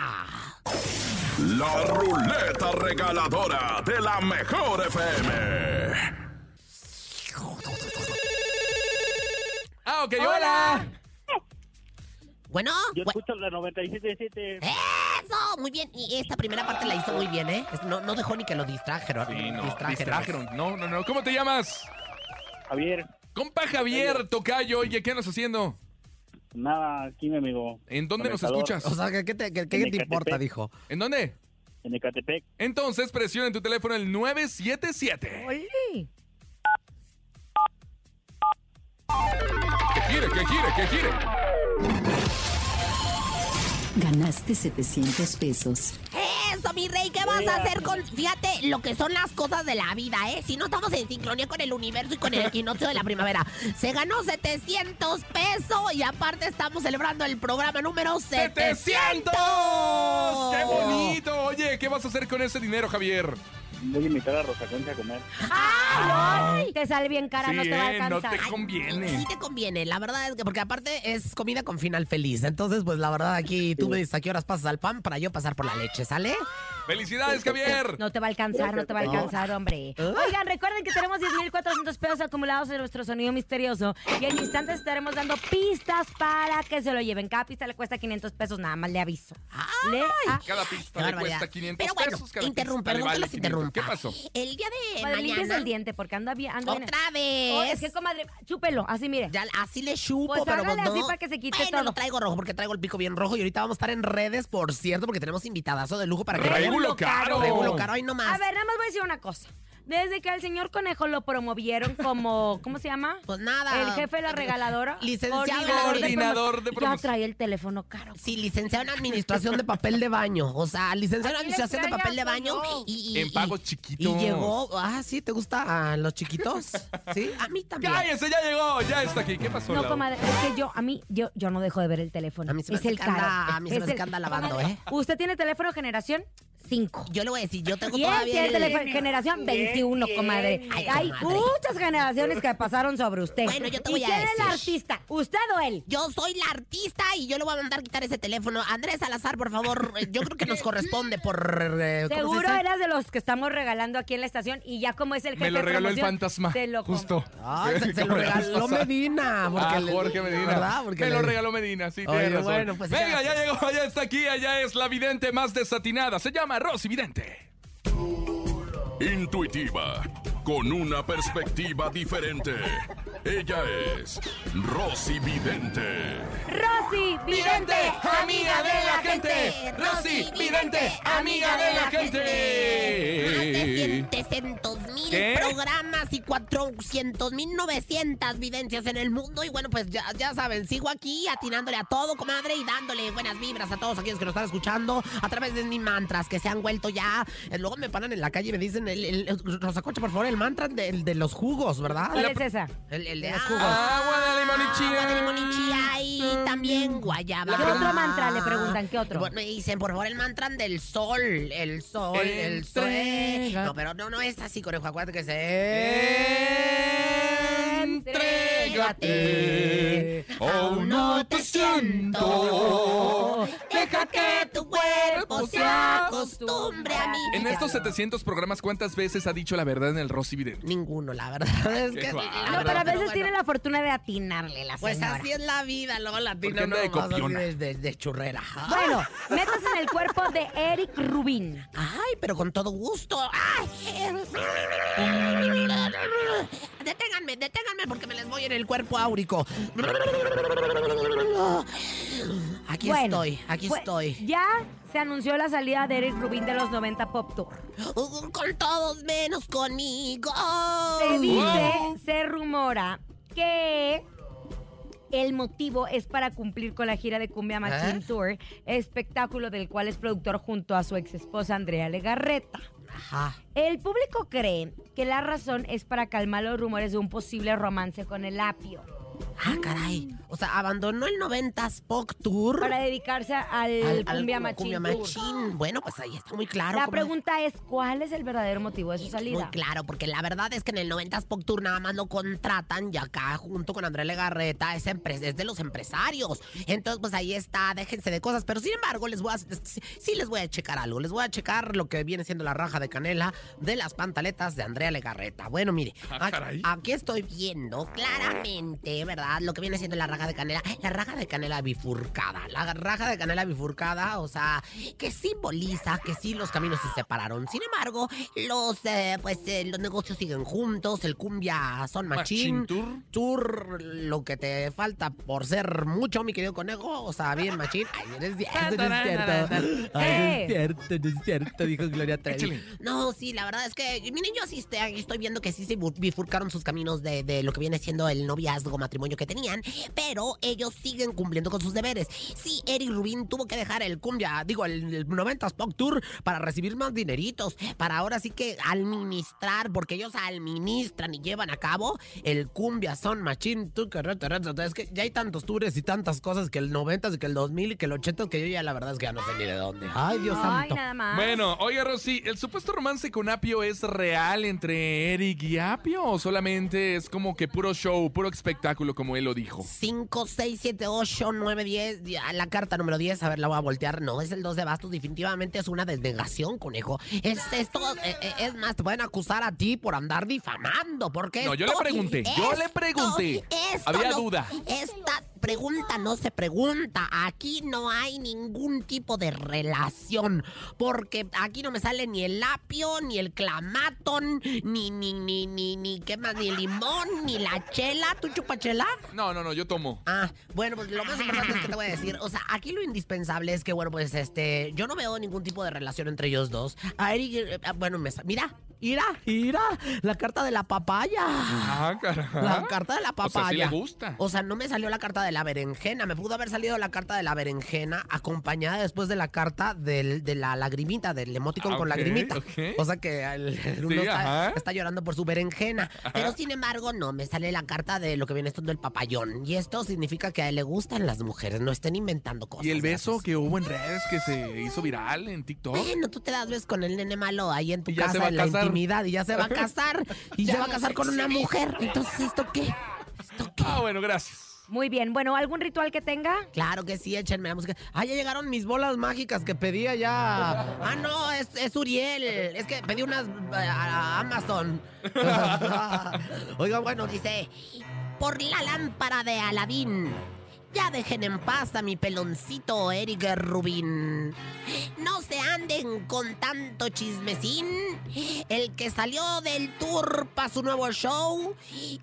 Speaker 6: La ruleta regaladora de la mejor FM.
Speaker 5: Ah, ok, hola.
Speaker 4: Bueno,
Speaker 7: Yo
Speaker 4: bu-
Speaker 7: escucho la 97.7.
Speaker 4: eso, muy bien. Y esta primera parte la hizo muy bien, ¿eh? Es- No, no dejó ni que lo distrajeron.
Speaker 5: Sí, no,
Speaker 4: distrajeron.
Speaker 5: distrajeron. No, no, no. ¿Cómo te llamas?
Speaker 7: Javier,
Speaker 5: Compa Javier Tocayo. Oye, ¿qué andas haciendo?
Speaker 7: nada, aquí mi amigo.
Speaker 5: ¿En dónde
Speaker 7: Con el
Speaker 5: nos
Speaker 7: calor.
Speaker 5: escuchas?
Speaker 4: O sea, ¿qué te, qué- qué
Speaker 7: En
Speaker 4: te importa?
Speaker 7: Ecatepec.
Speaker 4: Dijo.
Speaker 5: ¿En dónde?
Speaker 7: En Ecatepec.
Speaker 5: Entonces presiona en tu teléfono el 977.
Speaker 3: Oli.
Speaker 5: Que gire, que gire, que gire.
Speaker 8: Ganaste 700 pesos.
Speaker 4: ¡Eso! eso, mi rey. ¿Qué vas a hacer con.? Fíjate lo que son las cosas de la vida, ¿eh? Si no estamos en sincronía con el universo y con el equinoccio de la primavera. Se ganó 700 pesos y aparte estamos celebrando el programa número 700.
Speaker 5: ¡Qué bonito! Oye, ¿qué vas a hacer con ese dinero, Javier?
Speaker 7: Voy a invitar a Rosa Concha a comer.
Speaker 3: ¡Ah, no! Te sale bien cara, no
Speaker 5: Sí,
Speaker 3: te va a
Speaker 5: eh, no
Speaker 3: alcanzar.
Speaker 5: te conviene.
Speaker 4: Sí te conviene, la verdad es que, porque aparte es comida con final feliz. Entonces, pues la verdad aquí tú me dices a qué horas pasas al pan para yo pasar por la leche, ¿sale?
Speaker 5: ¡Felicidades, Javier!
Speaker 3: No te va a alcanzar, no te va a alcanzar, hombre.
Speaker 4: ¿Eh?
Speaker 3: Oigan, recuerden que tenemos 10.400 pesos acumulados en nuestro sonido misterioso y en instantes estaremos dando pistas para que se lo lleven. Cada pista le cuesta 500 pesos, nada más le aviso. Le a-
Speaker 5: Cada
Speaker 4: Qué
Speaker 5: pista le
Speaker 4: barbaridad.
Speaker 5: cuesta 500
Speaker 4: Pero bueno,
Speaker 5: pesos. Cada
Speaker 4: interrumpe,
Speaker 5: pista le
Speaker 4: no se
Speaker 5: vale
Speaker 4: les
Speaker 5: 500.
Speaker 4: interrumpa.
Speaker 5: ¿Qué pasó?
Speaker 4: El día de
Speaker 3: Comadre, límpiese
Speaker 4: mañana.
Speaker 3: el diente porque anda bien. Anda bien.
Speaker 4: Otra vez.
Speaker 3: Oh, es que, comadre, chúpelo, así mire.
Speaker 4: Ya así le chupo,
Speaker 3: Pues
Speaker 4: pero
Speaker 3: hágale
Speaker 4: pues
Speaker 3: así
Speaker 4: no.
Speaker 3: para que se quite
Speaker 4: Bueno,
Speaker 3: todo.
Speaker 4: lo traigo rojo porque traigo el pico bien rojo y ahorita vamos a estar en redes, por cierto, porque tenemos invitadazo de lujo para que
Speaker 5: ¡Regulo caro!
Speaker 4: Regulo caro, ahí nomás.
Speaker 3: A ver, nada más voy a decir una cosa. Desde que al señor Conejo lo promovieron como, ¿cómo se llama?
Speaker 4: Pues nada.
Speaker 3: El jefe de la regaladora.
Speaker 4: Licenciado en
Speaker 3: Coordinador de
Speaker 5: Coordinador
Speaker 3: promo-
Speaker 5: de promoción.
Speaker 3: Ya trae el teléfono caro.
Speaker 4: Sí, licenciado en administración de papel de baño. O sea, licenciado en
Speaker 3: Así le
Speaker 4: administración de
Speaker 3: extraña
Speaker 4: papel de
Speaker 3: soy
Speaker 4: baño.
Speaker 3: yo.
Speaker 4: Y, y-
Speaker 5: En
Speaker 4: y-
Speaker 5: pagos
Speaker 4: Y
Speaker 5: chiquitos.
Speaker 4: llegó. Ah, sí, ¿te gusta a los chiquitos? Sí, a mí también.
Speaker 5: ¡Cállese! Ya llegó, ya está aquí. ¿Qué pasó?
Speaker 3: No,
Speaker 5: Laura?
Speaker 3: comadre, es que yo, a mí, yo, yo no dejo de ver el teléfono.
Speaker 4: A mí se me
Speaker 3: es
Speaker 4: hace
Speaker 3: el
Speaker 4: que anda-
Speaker 3: caro.
Speaker 4: a mí se me hace
Speaker 3: el-
Speaker 4: que anda lavando,
Speaker 3: Comadre,
Speaker 4: ¿eh?
Speaker 3: Usted tiene teléfono generación 5.
Speaker 4: Yo le voy a decir, yo tengo
Speaker 3: Y él
Speaker 4: todavía.
Speaker 3: tiene
Speaker 4: el-
Speaker 3: teléfono generación 21, comadre.
Speaker 4: Ay,
Speaker 3: Hay
Speaker 4: comadre.
Speaker 3: muchas generaciones que pasaron sobre usted.
Speaker 4: Bueno, yo te voy
Speaker 3: ¿Y
Speaker 4: a
Speaker 3: quién es el
Speaker 4: decir.
Speaker 3: artista? ¿Usted o él?
Speaker 4: Yo soy la artista y yo le voy a mandar quitar ese teléfono. Andrés Salazar, por favor, eh, yo creo que nos corresponde por... eh, ¿cómo se
Speaker 3: Seguro
Speaker 4: dice?
Speaker 3: eras de los que estamos regalando aquí en la estación y ya como es el jefe
Speaker 5: Me lo
Speaker 3: de
Speaker 5: regaló el
Speaker 3: promoción,
Speaker 5: fantasma.
Speaker 3: te lo com-
Speaker 5: Justo.
Speaker 4: Ah, se, se lo
Speaker 5: Como la vez
Speaker 4: regaló
Speaker 5: pasada.
Speaker 4: Medina. Porque
Speaker 5: Ah,
Speaker 4: le-
Speaker 5: Jorge Medina.
Speaker 4: ¿Verdad? Porque
Speaker 5: Me lo
Speaker 4: le-
Speaker 5: regaló Medina, sí,
Speaker 4: Oye,
Speaker 5: tiene razón.
Speaker 4: bueno, pues,
Speaker 5: Venga,
Speaker 4: ya-
Speaker 5: ya llegó, ya está aquí, allá es la vidente más desatinada. Se llama Rosy Vidente.
Speaker 6: Intuitiva, con una perspectiva diferente. Ella es Rosy Vidente.
Speaker 3: Rosy, vidente, amiga de la gente.
Speaker 4: Rosy Vidente, amiga de la Más de 700 mil
Speaker 5: ¿Qué?
Speaker 4: programas y 400 mil 900 videncias en el mundo. Y bueno, pues ya, ya saben, sigo aquí atinándole a todo, comadre, y dándole buenas vibras a todos aquellos que nos están escuchando a través de mis mantras que se han vuelto ya. eh, Luego me paran en la calle y me dicen, el, el- el- Rosacocha, por favor, el mantra del- de los jugos, ¿verdad?
Speaker 3: ¿Cuál es esa?
Speaker 4: El, el de
Speaker 3: Los
Speaker 4: ah,
Speaker 3: jugos.
Speaker 5: Agua de limón y chía.
Speaker 4: Agua de limón y chía y también guayaba.
Speaker 3: ¿Qué otro mantra le preguntan? ¿Qué otro?
Speaker 4: Bueno, me dicen, por favor, el mantra del sol. El sol, el sol.
Speaker 5: Entrega.
Speaker 4: No, pero no, no es así, conejo. Acuérdate que
Speaker 5: Eh.
Speaker 4: se...
Speaker 5: Entrégate, aún no te siento.
Speaker 4: Deja que tu cuerpo se acostumbre a mí.
Speaker 5: En estos 700 programas, ¿cuántas veces ha dicho la verdad en el Rosy Vidente?
Speaker 4: Ninguno, la verdad. Es
Speaker 5: Qué
Speaker 4: que...
Speaker 5: guay.
Speaker 4: la
Speaker 3: No, pero a
Speaker 4: verdad,
Speaker 3: veces
Speaker 4: bueno.
Speaker 3: tiene la fortuna de atinarle la
Speaker 4: Pues
Speaker 3: señora.
Speaker 4: así es la vida, luego la
Speaker 5: qué
Speaker 4: tiene
Speaker 5: anda de
Speaker 4: nomás así
Speaker 5: copiona?
Speaker 4: de, de- de churrera.
Speaker 3: Bueno, metas en el cuerpo de Eric Rubin.
Speaker 4: Ay, pero con todo gusto. Ay. Deténganme, deténganme porque me les voy en el cuerpo áurico. Aquí
Speaker 3: Bueno,
Speaker 4: estoy, aquí
Speaker 3: pues,
Speaker 4: estoy.
Speaker 3: Ya se anunció la salida de Eric Rubin de los 90 Pop Tour.
Speaker 4: Uh, Con todos menos conmigo.
Speaker 3: Se dice, se rumora que el motivo es para cumplir con la gira de Cumbia Machín
Speaker 4: ¿Eh?
Speaker 3: Tour, espectáculo del cual es productor junto a su ex esposa Andrea Legarreta.
Speaker 4: Ajá.
Speaker 3: El público cree que la razón es para calmar los rumores de un posible romance con el apio,
Speaker 4: Ah, caray. O sea, abandonó el 90s Pop Tour.
Speaker 3: para dedicarse al,
Speaker 4: al- al
Speaker 3: Cumbia Machín
Speaker 4: Cumbia
Speaker 3: Tour.
Speaker 4: Machín. Bueno, pues ahí está muy claro.
Speaker 3: La
Speaker 4: cómo-
Speaker 3: pregunta es, ¿cuál es el verdadero motivo de su
Speaker 4: Muy
Speaker 3: salida?
Speaker 4: claro, porque la verdad es que en el 90s Pop Tour nada más lo contratan y acá junto con André Legarreta es, empre- es de los empresarios. Entonces, pues ahí está, déjense de cosas. Pero sin embargo, les voy a, sí, sí les voy a checar algo. Les voy a checar lo que viene siendo la raja de canela de las pantaletas de Andrea Legarreta. Bueno, mire,
Speaker 5: Ah,
Speaker 4: a-
Speaker 5: caray.
Speaker 4: Este, aquí estoy viendo claramente, ¿verdad? Lo que viene siendo la raja de canela. La raja de canela bifurcada. La raja de canela bifurcada, o sea, que simboliza que sí los caminos se separaron. Sin embargo, los, eh, pues, eh, los negocios siguen juntos. El cumbia son machín.
Speaker 5: Machín Tour.
Speaker 4: Tour, lo que te falta por ser mucho, mi querido conejo. O sea, bien machín. Ay, eres cierto, no es cierto. Ay, no
Speaker 3: Eh.
Speaker 4: es cierto, no es cierto, dijo Gloria Trevi.
Speaker 5: Échale.
Speaker 4: No, sí, la verdad es que, miren, yo sí estoy, estoy viendo que sí se bu- bifurcaron sus caminos de, de lo que viene siendo el noviazgo matrimonio que tenían, pero ellos siguen cumpliendo con sus deberes. Sí, Eric Rubin tuvo que dejar el cumbia, digo, el, el 90s Pop Tour para recibir más dineritos, para ahora sí que administrar, porque ellos administran y llevan a cabo el cumbia son machine. tu, que re, te, re, te, te. Es que ya hay tantos tours y tantas cosas que el 90s y que el 2000 y que el 80s que yo ya la verdad es que ya no sé ni de dónde. Ay, Dios
Speaker 3: Ay,
Speaker 4: santo.
Speaker 3: nada más.
Speaker 5: Bueno, oye Rosy, ¿el supuesto romance con Apio es real entre Eric y Apio o solamente es como que puro show, puro espectáculo como él lo dijo?
Speaker 4: 5, 6, 7, 8, 9, 10. ya, La carta número 10, a ver, la voy a voltear. No, es el 2 de bastos. Definitivamente es una desnegación, conejo. Es, es todo- eh, eh, es más, te pueden acusar a ti por andar difamando. Porque
Speaker 5: No, yo le
Speaker 4: esto-
Speaker 5: pregunté, yo le
Speaker 4: esto-
Speaker 5: pregunté.
Speaker 4: esto
Speaker 5: Había
Speaker 4: no-
Speaker 5: duda.
Speaker 4: Esta pregunta no se pregunta. Aquí no hay ningún tipo de relación. Porque aquí no me sale ni el apio, ni el clamatón, ni, ni, ni, ni, ni, ¿qué más? Ni el limón, ni la chela. ¿Tú chupa chela?
Speaker 5: No, no, no, yo tomo.
Speaker 4: Ah, bueno, pues lo más importante es que te voy a decir. O sea, aquí lo indispensable es que, bueno, pues este. Yo no veo ningún tipo de relación entre ellos dos. A Eric, eh, ah, bueno, me sa- mira, mira, mira. La carta de la papaya.
Speaker 5: Ah, carajo.
Speaker 4: La carta de la
Speaker 5: O sea, sí
Speaker 4: papaya.
Speaker 5: le gusta.
Speaker 4: O sea, no me salió la carta de la berenjena. Me pudo haber salido la carta de la berenjena acompañada después de la carta del- de la lagrimita, del emoticon
Speaker 5: Ah,
Speaker 4: con
Speaker 5: ok,
Speaker 4: lagrimita.
Speaker 5: ok.
Speaker 4: O sea que el- el uno
Speaker 5: Sí,
Speaker 4: está,
Speaker 5: ajá.
Speaker 4: está llorando por su berenjena. Pero sin embargo, no, me sale la carta de lo que viene estando el papayón. Y esto significa que a él le gustan las mujeres, no estén inventando cosas.
Speaker 5: Y el beso
Speaker 4: gracias.
Speaker 5: que hubo en redes que se hizo viral en TikTok.
Speaker 4: Bueno, tú te das ves con el nene malo ahí en tu
Speaker 5: Y ya se va
Speaker 4: casa,
Speaker 5: a
Speaker 4: en la
Speaker 5: casar.
Speaker 4: intimidad, y ya se va a casar. Y se va a casar con una mujer. Entonces, ¿esto qué? ¿Esto qué?
Speaker 5: Ah, bueno, gracias.
Speaker 3: Muy bien. Bueno, ¿algún ritual que tenga?
Speaker 4: Claro que sí, échenme la música. Ah, ya llegaron mis bolas mágicas que pedía ya. Ah, no, es, es Uriel. Es que pedí unas eh, a a Amazon. Oiga, bueno, dice, por la lámpara de Aladín. Ya dejen en paz a mi peloncito Eric Rubin. No se anden con tanto chismecín. El que salió del tour para su nuevo show,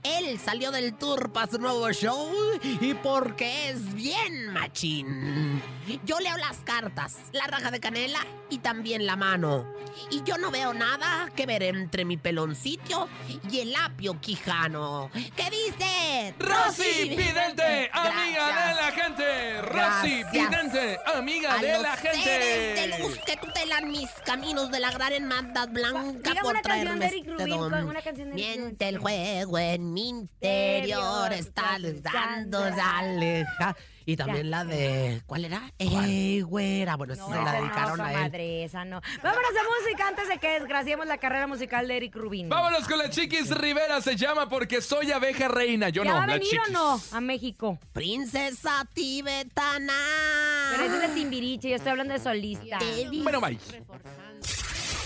Speaker 4: él salió del tour para su nuevo show y porque es bien machín. Yo leo las cartas, la raja de canela y también la mano. Y yo no veo nada que ver entre mi peloncito y el apio quijano. ¿Qué dice?
Speaker 5: Rosy Vidente, amiga
Speaker 4: Gracias.
Speaker 5: de la gente. Rosy
Speaker 4: Gracias.
Speaker 5: Vidente, amiga
Speaker 4: A
Speaker 5: de
Speaker 4: los
Speaker 5: la
Speaker 4: seres de luz
Speaker 5: gente.
Speaker 4: que tutelan mis caminos de la gran hermandad blanca
Speaker 3: Dígame
Speaker 4: por
Speaker 3: una canción de
Speaker 4: traerme
Speaker 3: Eric
Speaker 4: este
Speaker 3: Rubin,
Speaker 4: don.
Speaker 3: con una canción de Eric Rubin.
Speaker 4: Miente el juego en mi interior,
Speaker 3: Interior,
Speaker 4: está
Speaker 3: está
Speaker 4: dando
Speaker 3: dando,
Speaker 4: aleja. Y también la de... ¿Cuál era? ¡Ey, güera! Bueno, esa
Speaker 3: No,
Speaker 4: se la
Speaker 3: esa
Speaker 4: dedicaron
Speaker 3: no,
Speaker 4: a él.
Speaker 3: comadre, esa no. Vámonos a música antes de que desgraciemos la carrera musical de Eric Rubin.
Speaker 5: Vámonos con la chiquis Rivera, se llama porque soy abeja reina. Yo
Speaker 3: ¿Ya
Speaker 5: no,
Speaker 3: va a
Speaker 5: la
Speaker 3: venir
Speaker 5: chiquis.
Speaker 3: o no a México?
Speaker 4: Princesa tibetana.
Speaker 3: Pero ese es de Timbiriche, yo estoy hablando de solista.
Speaker 4: Te di-
Speaker 5: Bueno, bye.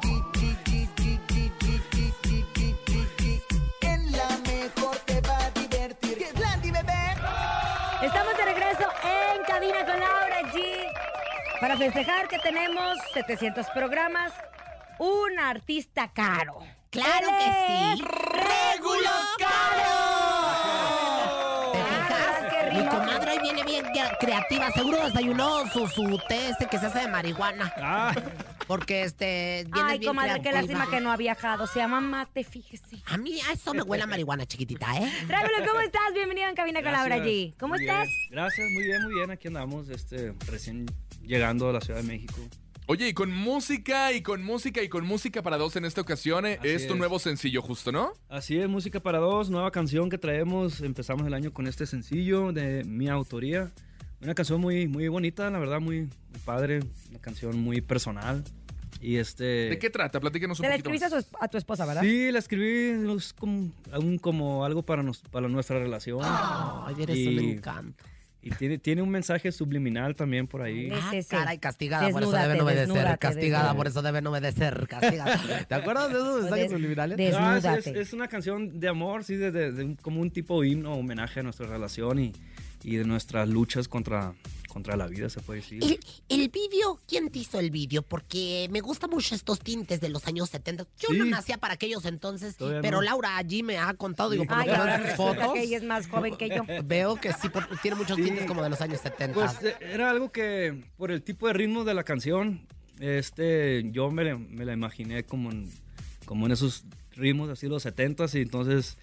Speaker 1: G, G, G, G, G, G, G, G, G, G, G. En la mejor te va a divertir. ¡Que es Landy, bebé!
Speaker 3: Estamos de regreso en Cabina con Laura G. Para festejar que tenemos 700 programas, un artista caro.
Speaker 4: ¡Claro
Speaker 3: Él
Speaker 4: que sí!
Speaker 3: es ¡Regulo Caro!
Speaker 4: ¿Te fijas?
Speaker 3: Ah, qué
Speaker 4: Mi
Speaker 3: rimón.
Speaker 4: comadre hoy viene bien cre- creativa. Seguro desayunó su, su té este que se hace de marihuana.
Speaker 8: Ah,
Speaker 4: Porque este. viene
Speaker 3: Ay,
Speaker 4: bien
Speaker 3: comadre, qué
Speaker 4: creativa.
Speaker 3: lástima que no ha viajado. Se llama Mate, fíjese.
Speaker 4: A mí a eso me huele a marihuana chiquitita, ¿eh?
Speaker 3: Regulo, ¿cómo estás? Bienvenido en Cabina con Laura G. ¿Cómo
Speaker 8: Muy bien.
Speaker 3: estás?
Speaker 8: Gracias, muy bien, muy bien. Aquí andamos, este, recién llegando a la Ciudad de México.
Speaker 5: Oye, y con música, y con música, y con música para dos en esta ocasión, eh,
Speaker 8: Así
Speaker 5: es tu
Speaker 8: es.
Speaker 5: nuevo sencillo, justo, ¿no?
Speaker 8: Así es, música para dos, nueva canción que traemos. Empezamos el año con este sencillo de mi autoría. Una canción muy, muy bonita, la verdad, muy, muy padre. Una canción muy personal. Y este.
Speaker 5: ¿De qué trata? Platíquenos un
Speaker 3: Te la
Speaker 5: poquito.
Speaker 3: escribiste a,
Speaker 5: más.
Speaker 3: su- a tu esposa, ¿verdad?
Speaker 8: Sí, la escribí es como, aún como algo para, nos- para nuestra relación.
Speaker 3: Ah.
Speaker 5: Ah.
Speaker 4: Ay, eres
Speaker 8: Y-
Speaker 4: un encanto.
Speaker 8: Y tiene, tiene un mensaje subliminal también por ahí.
Speaker 3: Sí,
Speaker 4: Ah,
Speaker 3: sí, sí.
Speaker 4: caray, castigada por eso
Speaker 3: Desnúdate,
Speaker 4: deben obedecer.
Speaker 3: desnúdate,
Speaker 4: Castigada
Speaker 3: desnúdate.
Speaker 4: por eso deben obedecer. Castigada. ¿Te acuerdas de esos mensajes
Speaker 3: Des-
Speaker 4: subliminales?
Speaker 3: des-
Speaker 8: Ah, es- es,
Speaker 3: Desnúdate.
Speaker 8: es una canción de amor, sí, de, de- de un- como un tipo himno, homenaje a nuestra relación y, y de nuestras luchas contra, contra la vida, se puede decir.
Speaker 4: El, el vídeo, ¿quién te hizo el vídeo? Porque me gustan mucho estos tintes de los años 70. Yo no
Speaker 8: Sí.
Speaker 4: nacía para aquellos entonces,
Speaker 8: Todavía
Speaker 4: pero
Speaker 8: no.
Speaker 4: Laura allí me ha contado, digo, por lo
Speaker 3: Ay,
Speaker 4: que veo
Speaker 3: ahora
Speaker 4: en sus fotos,
Speaker 3: resulta que ella es más joven que yo.
Speaker 4: veo que sí, por- tiene muchos
Speaker 8: Sí.
Speaker 4: tintes como de los años 70.
Speaker 8: Pues eh, era algo que, por el tipo de ritmo de la canción, este, yo me, la- me la imaginé como en, como en esos ritmos así los 70s y entonces,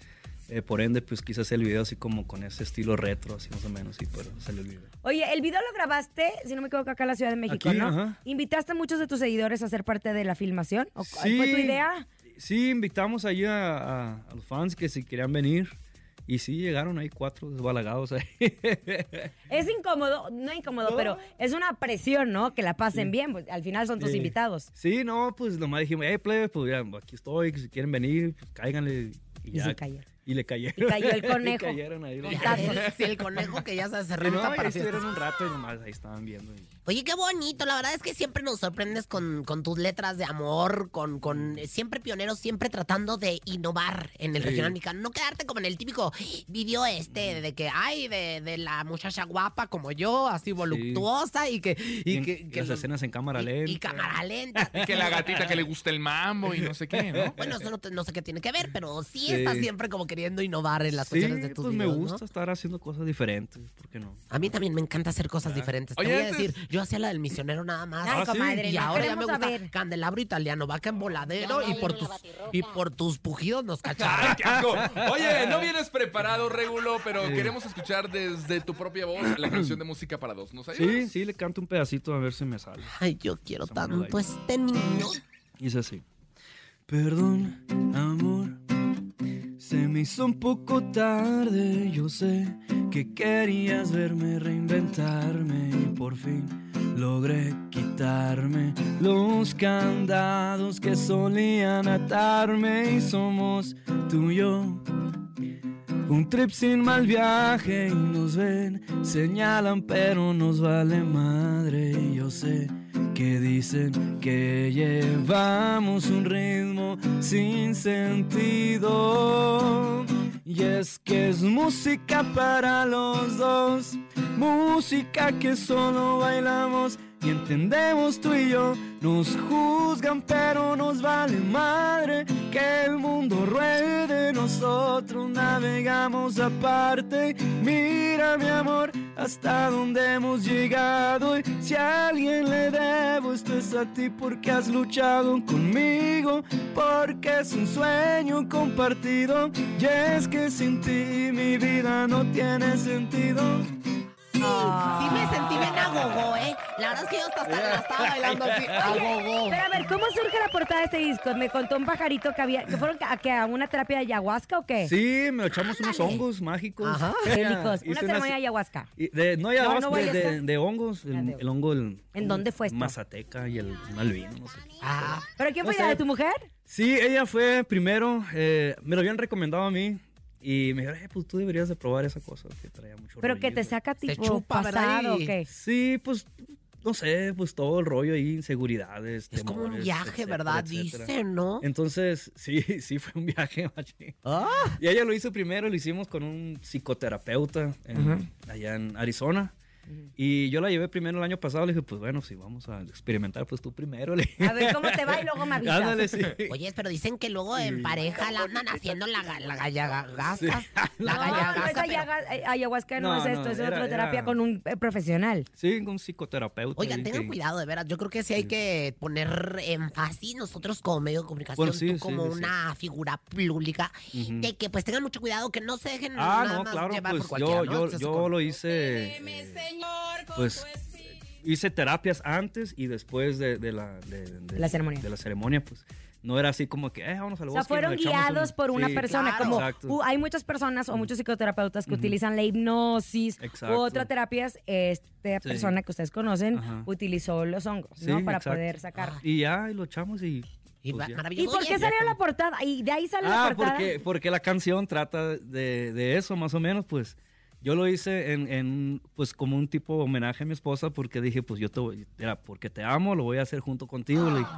Speaker 8: eh, por ende, pues quise hacer el video así como con ese estilo retro, así más o menos, y pues, pero se le olvidó.
Speaker 3: Oye, el video lo grabaste, si no me equivoco, acá en la Ciudad de México,
Speaker 8: Aquí,
Speaker 3: ¿no?
Speaker 8: ajá.
Speaker 3: ¿Invitaste a muchos de tus seguidores a ser parte de la filmación? ¿O cuál
Speaker 8: Sí.
Speaker 3: fue tu idea?
Speaker 8: Sí, invitamos ahí a, a- a los fans que si querían venir y sí, llegaron ahí cuatro desbalagados ahí.
Speaker 3: Es incómodo, no incómodo,
Speaker 8: No.
Speaker 3: pero es una presión, ¿no? Que la pasen bien, pues al final son tus
Speaker 8: Sí.
Speaker 3: invitados.
Speaker 8: Sí, no, pues nomás dijimos, hey, plebe, pues ya, aquí estoy, que si quieren venir, pues cáiganle. Y,
Speaker 3: Y
Speaker 8: ya.
Speaker 3: se cayeron.
Speaker 8: Y le cayeron.
Speaker 3: Y cayó el
Speaker 8: Le
Speaker 3: conejo.
Speaker 8: cayeron ahí.
Speaker 3: Con
Speaker 8: Le
Speaker 3: tazos.
Speaker 8: cayeron.
Speaker 4: El- sí, el conejo que ya se se
Speaker 8: Y no,
Speaker 4: renta
Speaker 8: y ahí
Speaker 4: para fiestas.
Speaker 8: estuvieron un rato y nomás ahí estaban viendo. y-
Speaker 4: Oye, qué bonito. La verdad es que siempre nos sorprendes con, con tus letras de amor, con, con siempre pioneros, siempre tratando de innovar en el
Speaker 8: Sí. Mm.
Speaker 4: regional mexicano. No quedarte como en el típico video este de que hay de, de la muchacha guapa como yo, así voluptuosa y que. Y,
Speaker 8: y en-
Speaker 4: que, que
Speaker 8: las
Speaker 4: lo-
Speaker 8: escenas en cámara
Speaker 4: y-
Speaker 8: lenta.
Speaker 4: Y cámara lenta.
Speaker 5: Y que la gatita que le gusta el mambo y no sé qué, ¿no?
Speaker 4: Bueno, eso no, te- no sé qué tiene que ver, pero sí,
Speaker 8: Sí.
Speaker 4: estás siempre como queriendo innovar en las
Speaker 8: sí,
Speaker 4: cuestiones de tus
Speaker 8: pues me
Speaker 4: videos, ¿no?
Speaker 8: gusta estar haciendo cosas diferentes, ¿por qué no?
Speaker 4: A mí también me encanta hacer cosas diferentes. Te
Speaker 5: Oye,
Speaker 4: voy a
Speaker 5: antes-
Speaker 4: decir, yo hacía la del misionero nada más.
Speaker 3: Ay,
Speaker 8: Ah, sí.
Speaker 3: comadre,
Speaker 4: Y
Speaker 3: no
Speaker 4: ahora ya me
Speaker 3: queremos
Speaker 4: gusta
Speaker 3: saber.
Speaker 4: candelabro italiano, vaca en voladero y por tus y por tus pujidos nos
Speaker 5: Ay,
Speaker 4: cacharon.
Speaker 5: qué asco. Oye, no vienes preparado, Regulo, pero queremos escuchar desde tu propia voz la canción de música para dos. ¿Nos ayudas?
Speaker 8: Sí, sí, le canto un pedacito a ver si me sale.
Speaker 4: Ay, yo quiero
Speaker 8: Esa mano
Speaker 4: tanto
Speaker 8: de
Speaker 4: este niño.
Speaker 8: Dice así. Perdón, amor. Se me hizo un poco tarde, yo sé que querías verme reinventarme y por fin logré quitarme los candados que solían atarme y somos tú y yo. Un trip sin mal viaje y nos ven, señalan pero nos vale madre, y yo sé que dicen que llevamos un ritmo sin sentido. Y es que es música para los dos, música que solo bailamos y entendemos tú y yo. Nos juzgan pero nos vale madre que el mundo ruede, nosotros navegamos aparte. Mira mi amor, hasta dónde hemos llegado y si a alguien le debo esto es a ti porque has luchado conmigo porque es un sueño compartido y es que sin ti mi vida no tiene sentido
Speaker 4: Sí me sentí bien agogó, ¿eh? La verdad es que yo hasta, hasta la estaba bailando así. Agogó.
Speaker 3: Pero a ver, ¿cómo surge la portada de este disco? Me contó un pajarito que había, que fueron a, que a una terapia de ayahuasca o qué?
Speaker 8: sí me echamos unos hongos mágicos
Speaker 4: Ajá.
Speaker 3: Bélicos, una
Speaker 8: Hice unas-
Speaker 3: ceremonia de ayahuasca.
Speaker 8: y de, no,
Speaker 3: No,
Speaker 8: ya
Speaker 3: no
Speaker 8: de,
Speaker 3: vayas
Speaker 8: de-
Speaker 3: a-
Speaker 8: de hongos, el,
Speaker 3: Ah, de-
Speaker 8: el hongo el-
Speaker 3: ¿En dónde fue esto?
Speaker 8: Mazateca y el un albino, no sé qué.
Speaker 4: Ah,
Speaker 3: ¿Pero quién
Speaker 8: No
Speaker 3: fue la
Speaker 8: sé.
Speaker 3: de tu mujer?
Speaker 8: Sí, ella fue primero, eh, me lo habían recomendado a mí y me dijeron, "Eh, pues tú deberías de probar esa cosa que traía mucho
Speaker 3: Pero que te
Speaker 8: rollillo".
Speaker 3: saca
Speaker 4: Se
Speaker 3: tipo
Speaker 4: chupa, ¿verdad?
Speaker 3: pasado o
Speaker 4: Y-
Speaker 3: qué.
Speaker 8: Sí, pues, no sé, pues todo el rollo ahí, inseguridades,
Speaker 4: es como un
Speaker 8: temores,
Speaker 4: viaje,
Speaker 8: etcétera,
Speaker 4: ¿verdad?
Speaker 8: etcétera.
Speaker 4: Dicen, ¿no?
Speaker 8: Entonces, sí, sí fue un viaje, machín.
Speaker 4: Ah,
Speaker 8: Y ella lo hizo primero, lo hicimos con un psicoterapeuta en- allá en Arizona. Y yo la llevé primero el año pasado, le dije, pues bueno, si vamos a experimentar, pues tú primero. Le...
Speaker 3: A ver cómo te va Ah, y luego me avisas.
Speaker 8: Ándale, sí.
Speaker 4: Oye, pero dicen que luego en pareja la andan haciendo la, ga- la gallagasca. La
Speaker 3: No, no es
Speaker 4: gallagasca, pero-
Speaker 3: ayaga- eh, ayahuasca, no,
Speaker 8: No,
Speaker 3: es esto,
Speaker 8: no,
Speaker 3: es
Speaker 8: era-
Speaker 3: otra terapia
Speaker 8: era-
Speaker 3: con un eh, profesional.
Speaker 8: Sí, con un psicoterapeuta.
Speaker 4: Oigan,
Speaker 8: ahí
Speaker 4: tengan
Speaker 8: que-
Speaker 4: cuidado, de veras. Yo creo que sí hay que poner énfasis nosotros como medio de comunicación,
Speaker 8: Bueno, sí,
Speaker 4: tú
Speaker 8: sí,
Speaker 4: como
Speaker 8: sí, sí.
Speaker 4: una figura pública,
Speaker 8: Ujú.
Speaker 4: de que pues tengan mucho cuidado, que no se dejen
Speaker 8: Ah,
Speaker 4: nada
Speaker 8: no,
Speaker 4: más
Speaker 8: claro,
Speaker 4: llevar
Speaker 8: pues
Speaker 4: por cualquiera,
Speaker 8: yo,
Speaker 4: ¿no?
Speaker 8: yo,
Speaker 4: Exceso
Speaker 8: yo
Speaker 4: con-
Speaker 8: lo hice. eh, pues hice terapias antes y después de, de la, de, de-
Speaker 3: La ceremonia.
Speaker 8: De la ceremonia, pues. No era así como que, eh, vámonos al
Speaker 3: O
Speaker 8: bosque.
Speaker 3: sea, fueron
Speaker 8: nos echamos un-
Speaker 3: guiados por una
Speaker 8: Sí,
Speaker 3: persona.
Speaker 4: claro.
Speaker 3: Como
Speaker 8: Exacto.
Speaker 3: uh, hay muchas personas o muchos psicoterapeutas que utilizan la hipnosis u
Speaker 8: Exacto.
Speaker 3: otra terapia. Esta
Speaker 8: Sí.
Speaker 3: persona que ustedes conocen
Speaker 8: Ajá.
Speaker 3: utilizó los hongos,
Speaker 8: Sí,
Speaker 3: ¿no? Para
Speaker 8: exacto.
Speaker 3: poder sacar.
Speaker 8: Y ya, y lo echamos y.
Speaker 4: Y
Speaker 8: pues,
Speaker 4: va-
Speaker 8: ya.
Speaker 3: ¿Y
Speaker 4: maravilloso.
Speaker 3: por qué
Speaker 4: Ah. Oye,
Speaker 3: salió la portada? Y de ahí salió
Speaker 8: Ah,
Speaker 3: la portada.
Speaker 8: porque, porque la canción trata de, de eso, más o menos, pues. Yo lo hice en, en, pues, como un tipo de homenaje a mi esposa, porque dije, pues, yo te voy, era porque te amo, lo voy a hacer junto contigo. le dije.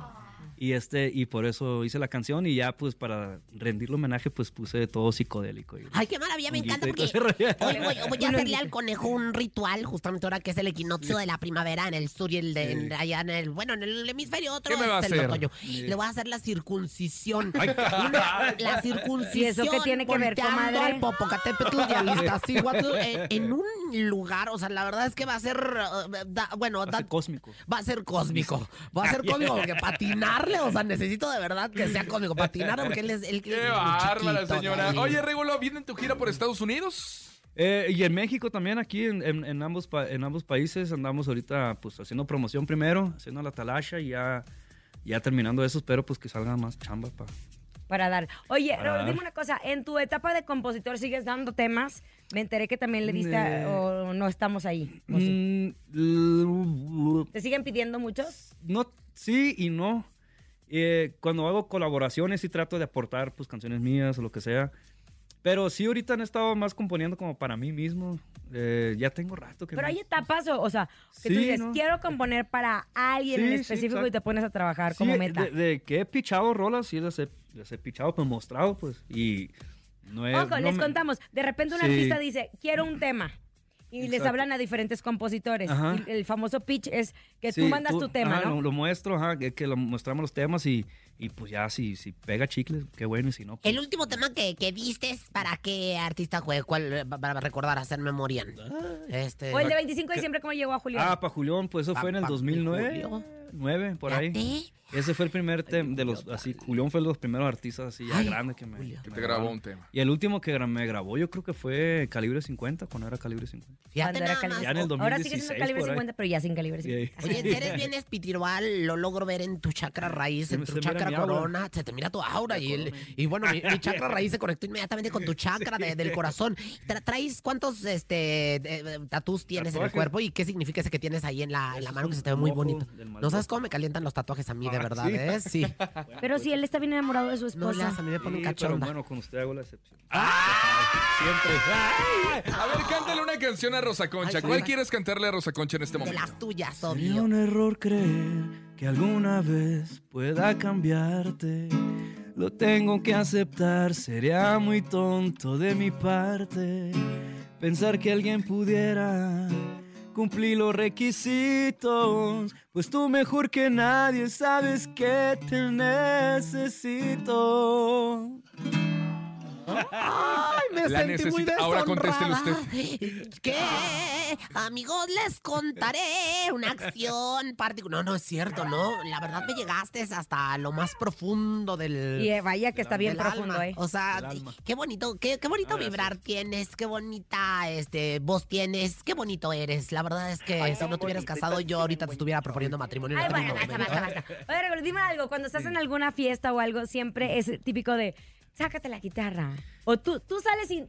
Speaker 8: Y, este, y por eso hice la canción y ya pues para rendirle homenaje pues puse todo psicodélico. y-
Speaker 4: Ay, qué maravilla, me encanta
Speaker 8: Honguito y
Speaker 4: porque
Speaker 8: todo ese rollo.
Speaker 4: hoy voy, voy a hacerle al conejo un ritual, justamente ahora que es el equinoccio de la primavera en el sur y el de en- allá en el, bueno, en el hemisferio otro
Speaker 5: ¿Qué me va a
Speaker 4: es el
Speaker 5: hacer?
Speaker 4: otoño. Le voy a hacer la circuncisión.
Speaker 5: Ay.
Speaker 4: la
Speaker 3: ¿Y
Speaker 4: circuncisión.
Speaker 3: eso qué tiene que ver,
Speaker 4: volteando
Speaker 3: comadre?
Speaker 4: al Popocatépetl y al Iztaccíhuatl, eh, en un lugar, o sea, la verdad es que va a ser, eh, da- bueno,
Speaker 8: Va a ser
Speaker 4: da-
Speaker 8: cósmico.
Speaker 4: Va a ser cósmico. Va a ser cósmico porque patinarle, o sea, necesito de verdad que sea cósmico. Patinarle porque él es el
Speaker 5: Qué bárbara, señora.
Speaker 4: Oye,
Speaker 5: Oye, Regulo, ¿viene tu gira por Estados Unidos?
Speaker 8: Eh, y en México también, aquí en, en- en ambos, pa- en ambos países, andamos ahorita pues haciendo promoción primero, haciendo la talacha y ya, ya terminando eso, espero pues que salga más chamba pa.
Speaker 3: Para dar. Oye,
Speaker 8: Para
Speaker 3: Raúl,
Speaker 8: dar.
Speaker 3: dime una cosa. En tu etapa de compositor sigues dando temas. Me enteré que también le diste a-
Speaker 8: Eh.
Speaker 3: o no estamos ahí. o sí.
Speaker 8: Mm, l-
Speaker 3: ¿Te siguen pidiendo muchos?
Speaker 8: no, sí y no. Eh, cuando hago colaboraciones sí trato de aportar pues canciones mías o lo que sea. Pero sí ahorita han estado más componiendo como para mí mismo. Eh, ya tengo rato que...
Speaker 3: Pero
Speaker 8: no-
Speaker 3: hay etapas, o, o sea, que tú
Speaker 8: Sí,
Speaker 3: dices,
Speaker 8: ¿no?
Speaker 3: quiero componer para alguien en
Speaker 8: Sí, sí,
Speaker 3: específico y
Speaker 8: exacto.
Speaker 3: te pones a trabajar
Speaker 8: Sí,
Speaker 3: como meta.
Speaker 8: De, de que he pichado rolas, sí las he, las he pichado, pues mostrado, pues. Y no es.
Speaker 3: Ojo,
Speaker 8: Eh, no
Speaker 3: les
Speaker 8: me-
Speaker 3: contamos. De repente un
Speaker 8: Sí.
Speaker 3: artista dice, quiero un tema. Y les
Speaker 8: Exacto.
Speaker 3: hablan a diferentes compositores.
Speaker 8: Ajá.
Speaker 3: Y el famoso pitch es que tú
Speaker 8: Sí,
Speaker 3: mandas tu tema,
Speaker 8: ajá,
Speaker 3: ¿no?
Speaker 8: Lo, lo muestro, ajá, que, que lo mostramos los temas y, y pues ya, si, si pega chicles, qué bueno, y si no. pues-
Speaker 4: El último tema que, que diste es para qué artista fue, cuál, eh, pa- para recordar, hacer memoria. Este,
Speaker 3: O el de 25 de diciembre, ¿cómo llegó a Julián?
Speaker 8: Ah, para Julián, pues eso
Speaker 4: Pa-
Speaker 8: fue en el
Speaker 4: pa'
Speaker 8: 2009.
Speaker 4: Julián.
Speaker 8: 9, por ahí.
Speaker 4: fíjate.
Speaker 8: Ese fue el primer tema de los. Así, Julián fue de los primeros artistas así ya
Speaker 4: Ay,
Speaker 8: grandes que me.
Speaker 4: Julián.
Speaker 8: que
Speaker 5: Que
Speaker 8: me
Speaker 5: te grabó
Speaker 8: grabaron.
Speaker 5: un tema.
Speaker 8: Y el último que gra- me grabó, yo creo que fue Calibre 50, cuando era Calibre 50.
Speaker 4: Fíjate
Speaker 3: Cuando era
Speaker 4: nada
Speaker 3: calibre.
Speaker 4: más.
Speaker 8: Ya en el
Speaker 3: Ahora sigue siendo
Speaker 8: 2016
Speaker 3: calibre
Speaker 8: por ahí.
Speaker 3: 50, pero ya sin calibre 50.
Speaker 8: Sí.
Speaker 4: Oye, si eres bien espiritual, lo logro ver en tu chakra raíz,
Speaker 8: Se
Speaker 4: en
Speaker 8: me-
Speaker 4: tu
Speaker 8: se mira
Speaker 4: chakra
Speaker 8: mi aura.
Speaker 4: corona, se te mira tu aura. Y, el- y bueno, mi, mi chakra raíz se conectó inmediatamente con tu chakra de- del corazón. Tra- ¿Traes cuántos este, de- de- tatús tienes en el
Speaker 8: Tatuajes.
Speaker 4: cuerpo y qué significa ese que tienes ahí en la, en la
Speaker 8: Ese
Speaker 4: mano
Speaker 8: es
Speaker 4: que se
Speaker 8: un
Speaker 4: te ve muy
Speaker 8: ojo
Speaker 4: bonito?
Speaker 8: del
Speaker 4: ¿No
Speaker 8: mal
Speaker 4: sabes cómo me calientan los tatuajes a mí, de
Speaker 8: Ah,
Speaker 4: verdad?
Speaker 8: sí.
Speaker 4: ¿eh? Sí.
Speaker 3: Pero sí, él está bien enamorado de su
Speaker 4: No le
Speaker 3: esposa.
Speaker 4: hagas, a mí me pone
Speaker 8: Sí, pero
Speaker 4: cachonda.
Speaker 8: bueno, con usted hago la excepción.
Speaker 5: A ver, cántale una canción a Rosa Concha.
Speaker 4: Ay,
Speaker 5: ¿Cuál
Speaker 4: sí.
Speaker 5: quieres cantarle a Rosa Concha en este
Speaker 4: De
Speaker 5: momento?
Speaker 4: las tuyas,
Speaker 8: Sería
Speaker 4: obvio.
Speaker 8: un error creer que alguna vez pueda cambiarte. Lo tengo que aceptar, sería muy tonto de mi parte pensar que alguien pudiera cumplir los requisitos. Pues tú mejor que nadie sabes que te necesito.
Speaker 4: Ay, me
Speaker 5: La
Speaker 4: sentí muy
Speaker 5: necesita- ahora contéstele
Speaker 4: deshonrada. ¿Qué? Amigos, les contaré una acción particular. No, no es cierto, no. La verdad me llegaste hasta lo más profundo del.
Speaker 3: Y eh, vaya que está bien
Speaker 4: del
Speaker 3: profundo,
Speaker 4: alma.
Speaker 3: ¿eh?
Speaker 4: O sea,
Speaker 8: Del alma.
Speaker 4: qué bonito, qué, qué bonito
Speaker 8: Ah, gracias.
Speaker 4: vibrar tienes, qué bonita este voz tienes, qué bonito eres. La verdad es que si no te hubieras casado, yo ahorita te estuviera proponiendo matrimonio. en
Speaker 3: Ay,
Speaker 4: este
Speaker 3: bueno,
Speaker 4: mismo
Speaker 3: basta, basta,
Speaker 4: momento, ¿eh?
Speaker 3: basta. Oye, Gregorio, dime algo. Cuando estás en alguna fiesta o algo, siempre es típico de, sácate la guitarra. O tú, tú sales sin...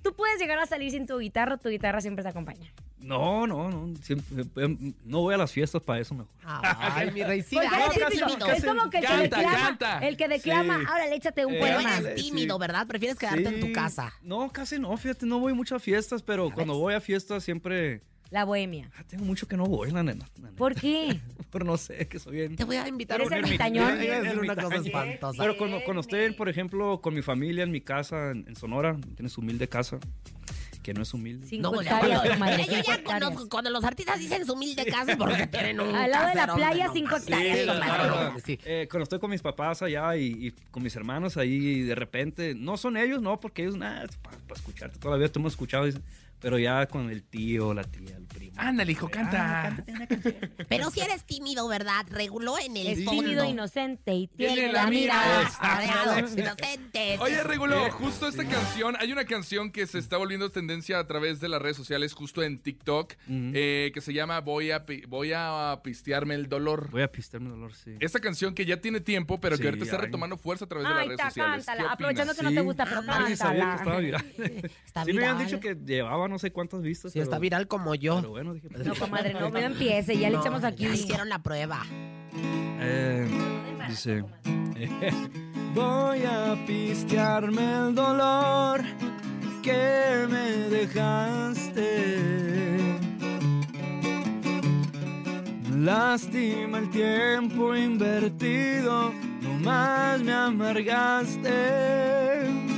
Speaker 3: Tú puedes llegar a salir sin tu guitarra, tu guitarra siempre te acompaña.
Speaker 8: No, no, no. siempre- em, no voy a las fiestas para eso mejor.
Speaker 4: Ay, mi rey, sí, ah,
Speaker 3: Porque
Speaker 4: ay,
Speaker 3: Pues es
Speaker 4: eres
Speaker 3: típico,
Speaker 4: tímido.
Speaker 3: Es como que el que
Speaker 5: Canta,
Speaker 3: declama,
Speaker 5: canta.
Speaker 3: el que declama,
Speaker 8: Sí.
Speaker 3: ahora le échate un
Speaker 8: Eh,
Speaker 4: Pero
Speaker 3: poema.
Speaker 4: eres tímido, ¿verdad? Prefieres quedarte en tu
Speaker 8: Sí.
Speaker 4: casa.
Speaker 8: No, casi no, fíjate, no voy mucho a fiestas, pero cuando voy a fiestas siempre...
Speaker 3: La bohemia.
Speaker 8: Ah, tengo mucho que no voy, la nena. la neta.
Speaker 3: ¿Por qué?
Speaker 8: Por no sé, que soy bien...
Speaker 4: Te voy a invitar a
Speaker 3: ¿Eres
Speaker 4: un
Speaker 3: ermitañón?
Speaker 4: ermitaño. Iba a decir una cosa espantosa.
Speaker 8: Pero cuando, cuando estoy, por ejemplo, con mi familia en mi casa, en, en Sonora, tienes humilde casa, que no es humilde.
Speaker 3: Cinco
Speaker 4: pues,
Speaker 3: hectáreas,
Speaker 4: bueno,
Speaker 3: comadre,
Speaker 4: mira, yo
Speaker 3: cinco
Speaker 4: ya
Speaker 3: hectáreas.
Speaker 4: conozco cuando los artistas dicen su humilde casa porque tienen un
Speaker 3: Al lado de la
Speaker 4: caserón
Speaker 3: playa,
Speaker 4: nomás.
Speaker 3: cinco hectáreas.
Speaker 4: Sí,
Speaker 3: Sí,
Speaker 4: claro.
Speaker 8: claro.
Speaker 4: sí.
Speaker 8: Eh, cuando estoy con mis papás allá y, y con mis hermanos ahí, de repente, no son ellos, no, porque ellos, nada, para escucharte todavía, te hemos escuchado, dicen, pero ya con el tío, la tía, el primo.
Speaker 5: Ándale, hijo, canta.
Speaker 4: Pero si eres tímido, ¿verdad? Reguló en el
Speaker 3: Es
Speaker 4: fondo.
Speaker 3: tímido, inocente y
Speaker 5: Tiene
Speaker 3: tiene
Speaker 5: la
Speaker 3: la mirada.
Speaker 5: mirada.
Speaker 4: Pareado, inocente.
Speaker 5: Oye,
Speaker 8: Eh,
Speaker 5: Regulo, justo esta canción, hay una canción que se está volviendo tendencia a través de las redes sociales, justo en TikTok,
Speaker 8: Ujú.
Speaker 5: eh, que se llama Voy a, pi- voy a pistearme el dolor.
Speaker 8: Voy a pistearme el dolor, sí.
Speaker 5: Esta canción que ya tiene tiempo, pero
Speaker 8: Sí,
Speaker 5: que ahorita está
Speaker 8: ay.
Speaker 5: retomando fuerza a través de las
Speaker 3: Ay,
Speaker 5: redes
Speaker 3: ta,
Speaker 5: sociales. ¿Qué
Speaker 3: cántala.
Speaker 5: opinas?
Speaker 3: Aprovechando que no te gusta, pero
Speaker 8: Nadie sabía que
Speaker 3: cántala.
Speaker 8: estaba viral.
Speaker 4: Está
Speaker 8: sí me habían
Speaker 4: viral.
Speaker 8: dicho que llevaba no sé cuántas vistas.
Speaker 4: Si está
Speaker 8: pero-
Speaker 4: viral como
Speaker 8: Pero
Speaker 4: yo.
Speaker 8: bueno, dije. pues,
Speaker 3: No, comadre, no, no empiece, ya le
Speaker 4: No,
Speaker 3: echamos aquí.
Speaker 4: ya hicieron la prueba.
Speaker 8: Eh, dice. Voy a pistearme el dolor que me dejaste. Lástima el tiempo invertido, nomás me amargaste.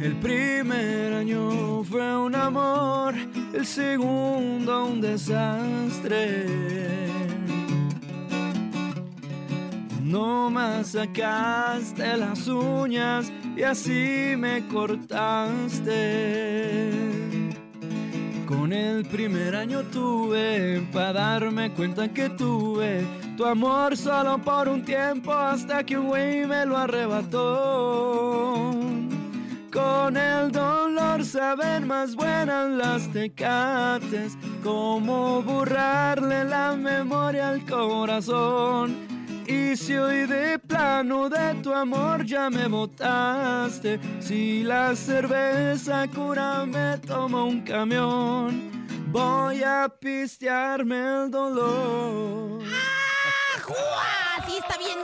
Speaker 8: El primer año fue un amor, el segundo un desastre. No más sacaste las uñas y así me cortaste. Con el primer año tuve para darme cuenta que tuve tu amor solo por un tiempo hasta que un güey me lo arrebató. Con el dolor saben más buenas las tecates, como borrarle la memoria al corazón. Y si hoy de plano de tu amor ya me botaste, si la cerveza cura me toma un camión, voy a pistearme el dolor.
Speaker 4: ¡Ajua! Ah, Sí, está bien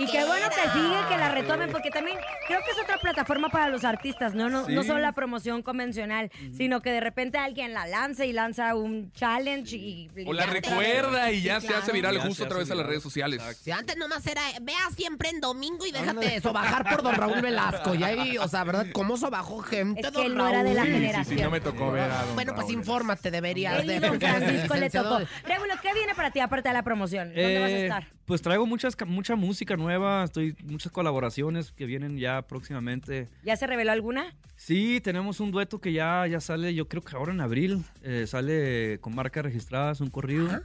Speaker 3: Y qué bueno que sigue, que la retomen, porque también creo que es otra plataforma para los artistas, ¿no? No, no
Speaker 8: Sí.
Speaker 3: solo la promoción convencional,
Speaker 5: Mm.
Speaker 3: sino que de repente alguien la lanza y lanza un challenge y...
Speaker 5: O la
Speaker 3: y-
Speaker 5: recuerda y ya
Speaker 4: Sí,
Speaker 5: se hace
Speaker 4: claro.
Speaker 5: viral
Speaker 8: Ya
Speaker 5: justo
Speaker 8: se
Speaker 5: a través
Speaker 8: hace
Speaker 5: de las
Speaker 8: viral.
Speaker 5: redes sociales.
Speaker 8: Exacto.
Speaker 4: Si antes nomás era, eh, vea siempre en domingo y déjate de sobajar por don Raúl Velasco. Y ahí, o sea, ¿verdad? ¿Cómo sobajó gente
Speaker 3: Es que
Speaker 4: don
Speaker 3: él no era de la
Speaker 4: Raúl?
Speaker 5: Sí, sí, sí,
Speaker 3: generación.
Speaker 5: no me tocó ver a don
Speaker 4: Bueno, pues
Speaker 5: Raúl.
Speaker 4: infórmate, deberías
Speaker 3: Él
Speaker 4: de.
Speaker 3: y don Francisco le
Speaker 4: Licenciado.
Speaker 3: tocó. Regulo, ¿qué viene para ti aparte de la promoción? ¿Dónde vas a
Speaker 8: Eh,
Speaker 3: estar?
Speaker 8: Pues traigo muchas, ca- mucha música nueva, estoy, muchas colaboraciones que vienen ya próximamente.
Speaker 3: ¿Ya se reveló alguna?
Speaker 8: Sí, tenemos un dueto que ya, ya sale, yo creo que ahora en abril, eh, sale con marcas registradas, un corrido.
Speaker 3: Ah.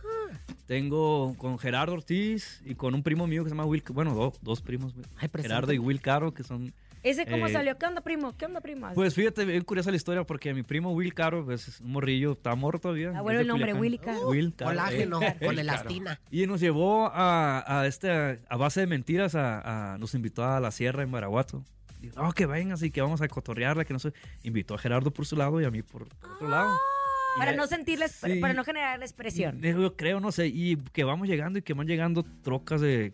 Speaker 8: Tengo con Gerardo Ortiz y con un primo mío que se llama Will, bueno, do- dos primos, güey.
Speaker 4: Ay, preséntame.
Speaker 8: Gerardo y Will Caro, que son...
Speaker 3: ¿Ese cómo
Speaker 8: Eh,
Speaker 3: salió? ¿Qué onda, primo? ¿Qué onda, prima?
Speaker 8: Pues fíjate, bien curiosa la historia porque mi primo Will Caro, pues es un morrillo, está muerto todavía.
Speaker 3: Ah,
Speaker 8: es
Speaker 3: bueno,
Speaker 8: de
Speaker 3: el nombre,
Speaker 8: Culiacán.
Speaker 3: Will Caro.
Speaker 8: Will Caro.
Speaker 4: Colágeno,
Speaker 8: eh,
Speaker 4: con
Speaker 5: claro.
Speaker 4: elastina.
Speaker 8: Y nos llevó a, a este a base de mentiras a, a- nos invitó a la sierra en Baraguato. Dijo, no, que vengan así que vamos a cotorrearla, que no sé. Invitó a Gerardo por su lado y a mí por otro lado. Y
Speaker 3: Ah, para
Speaker 8: Oh, ya-
Speaker 3: no sentirles,
Speaker 8: sí.
Speaker 3: para no generarles presión.
Speaker 8: Dijo, Yo creo, no sé, y que vamos llegando y que van llegando trocas de,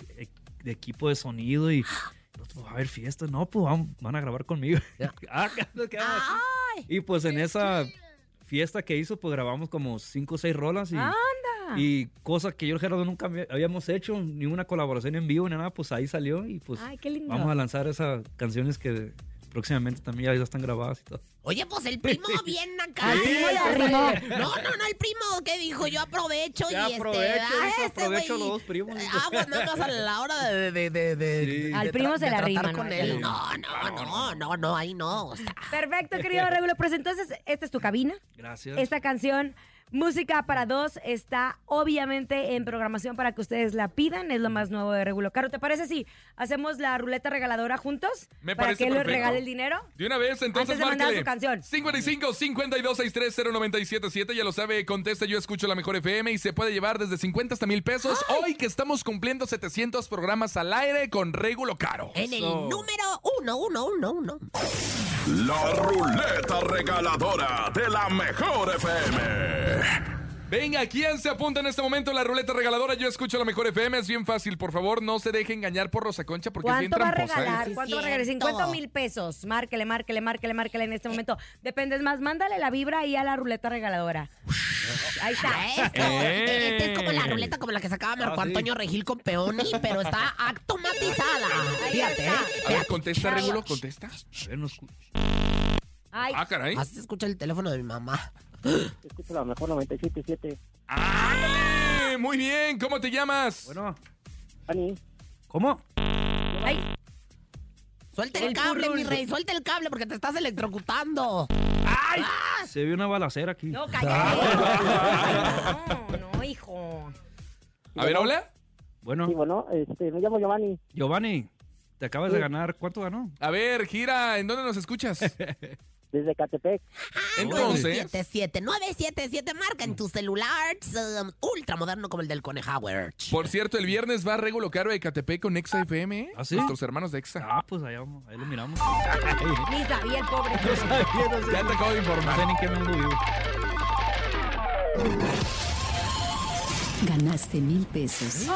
Speaker 8: de equipo de sonido y pues, va a haber fiestas. No, pues vamos- van a grabar conmigo. Ah, nos quedamos así. y pues en esa fiesta que hizo, pues grabamos como cinco o seis rolas y...
Speaker 3: ¡Anda!
Speaker 8: Y cosas que yo y el Gerardo nunca había- habíamos hecho, ni una colaboración en vivo, ni nada, pues ahí salió y pues
Speaker 3: Ay, qué lindo.
Speaker 8: vamos a lanzar esas canciones que próximamente también ya- ya están grabadas y todo.
Speaker 4: Oye, pues el primo bien acá.
Speaker 3: Al
Speaker 4: pues,
Speaker 3: primo le arrimó.
Speaker 4: No, no, no, el primo que dijo, yo aprovecho
Speaker 8: Ya
Speaker 4: y
Speaker 8: aprovecho,
Speaker 4: este,
Speaker 8: dijo,
Speaker 4: ah, este
Speaker 8: aprovecho
Speaker 4: güey.
Speaker 8: los dos primos.
Speaker 4: Ah, pues nada más a la hora de, de, de, de- de-
Speaker 3: Al
Speaker 4: de
Speaker 3: primo
Speaker 4: tra-
Speaker 3: se
Speaker 4: de
Speaker 3: le
Speaker 4: tratar
Speaker 3: arrima,
Speaker 4: con
Speaker 3: ¿no?
Speaker 4: él. No, no, no, no, no, ahí no. O sea,
Speaker 3: Perfecto, querido Regulo. Pues entonces, esta es tu cabina.
Speaker 8: Gracias.
Speaker 3: Esta canción, Música para Dos, está obviamente en programación para que ustedes la pidan. Es lo más nuevo de Regulo. Caro, ¿te parece si hacemos la ruleta regaladora juntos?
Speaker 5: Me
Speaker 3: para
Speaker 5: parece
Speaker 3: que él
Speaker 5: perfecto.
Speaker 3: regale el dinero.
Speaker 5: De una vez, entonces
Speaker 3: Antes de mandar
Speaker 5: márcale.
Speaker 3: su canción.
Speaker 5: 55 52 630 977 ya lo sabe, contesta, yo escucho la mejor FM y se puede llevar desde 50 hasta mil pesos. Hoy que estamos cumpliendo 700 programas al aire con Regulo Caro.
Speaker 4: en el número uno, uno, uno, uno.
Speaker 6: La ruleta regaladora de la mejor FM.
Speaker 5: Venga, ¿quién se apunta en este momento a la ruleta regaladora? Yo escucho la mejor FM, es bien fácil, por favor, no se deje engañar por Rosa Concha porque es bien
Speaker 3: ¿Cuánto va a
Speaker 5: tramposa. ¿eh?
Speaker 3: regalar?
Speaker 4: Sí,
Speaker 3: ¿Cuánto va a regalar?
Speaker 4: cierto.
Speaker 3: 50 mil pesos. Márquele, márquele, márquele, márquele en este momento. Dependes más, mándale la vibra y a la ruleta regaladora. Ahí está.
Speaker 4: Eso.
Speaker 5: Eh.
Speaker 4: Esta este es como la ruleta como la que sacaba Marco
Speaker 8: Ah, sí.
Speaker 4: Antonio Regil con Peoni, pero está automatizada. Fíjate, ¿eh?
Speaker 5: A ver, contesta, Regulo, contesta.
Speaker 8: A ver, nos cu-
Speaker 3: Ay,
Speaker 5: Ah, caray.
Speaker 4: ¿eh? Así se escucha el teléfono de mi mamá.
Speaker 7: Escucha la mejor 97.7.
Speaker 5: ¡Ándale! Muy bien, ¿cómo te llamas?
Speaker 8: Bueno,
Speaker 7: Ani,
Speaker 8: ¿cómo?
Speaker 3: ay.
Speaker 4: Suelta el,
Speaker 3: El
Speaker 4: cable,
Speaker 3: currul.
Speaker 4: mi rey, suelta el cable porque te estás electrocutando.
Speaker 8: Se vio una balacera aquí.
Speaker 3: No, cállate. No, no, hijo.
Speaker 5: A ver, hola. Ah.
Speaker 8: Bueno,
Speaker 7: sí, bueno, este, me llamo Giovanni.
Speaker 8: Giovanni, te acabas de ganar. ¿Cuánto ganó?
Speaker 5: A ver, gira, ¿en dónde nos escuchas?
Speaker 7: Desde Catepec.
Speaker 5: Entonces,
Speaker 4: 977, 977, marca en tu celular. um, ultramoderno ultra moderno como el del Conejauer.
Speaker 5: por cierto, el viernes va Regulo Caro de Catepec con Exa FM, ¿eh?
Speaker 8: ¿Ah, sí?
Speaker 5: Nuestros hermanos de Exa.
Speaker 8: Ah, pues ahí, vamos, ahí lo miramos.
Speaker 3: Ni sabía el pobre.
Speaker 5: Ya te acabo de
Speaker 8: No
Speaker 5: informar.
Speaker 8: sé ni en qué mundo vivo.
Speaker 9: Ganaste mil pesos.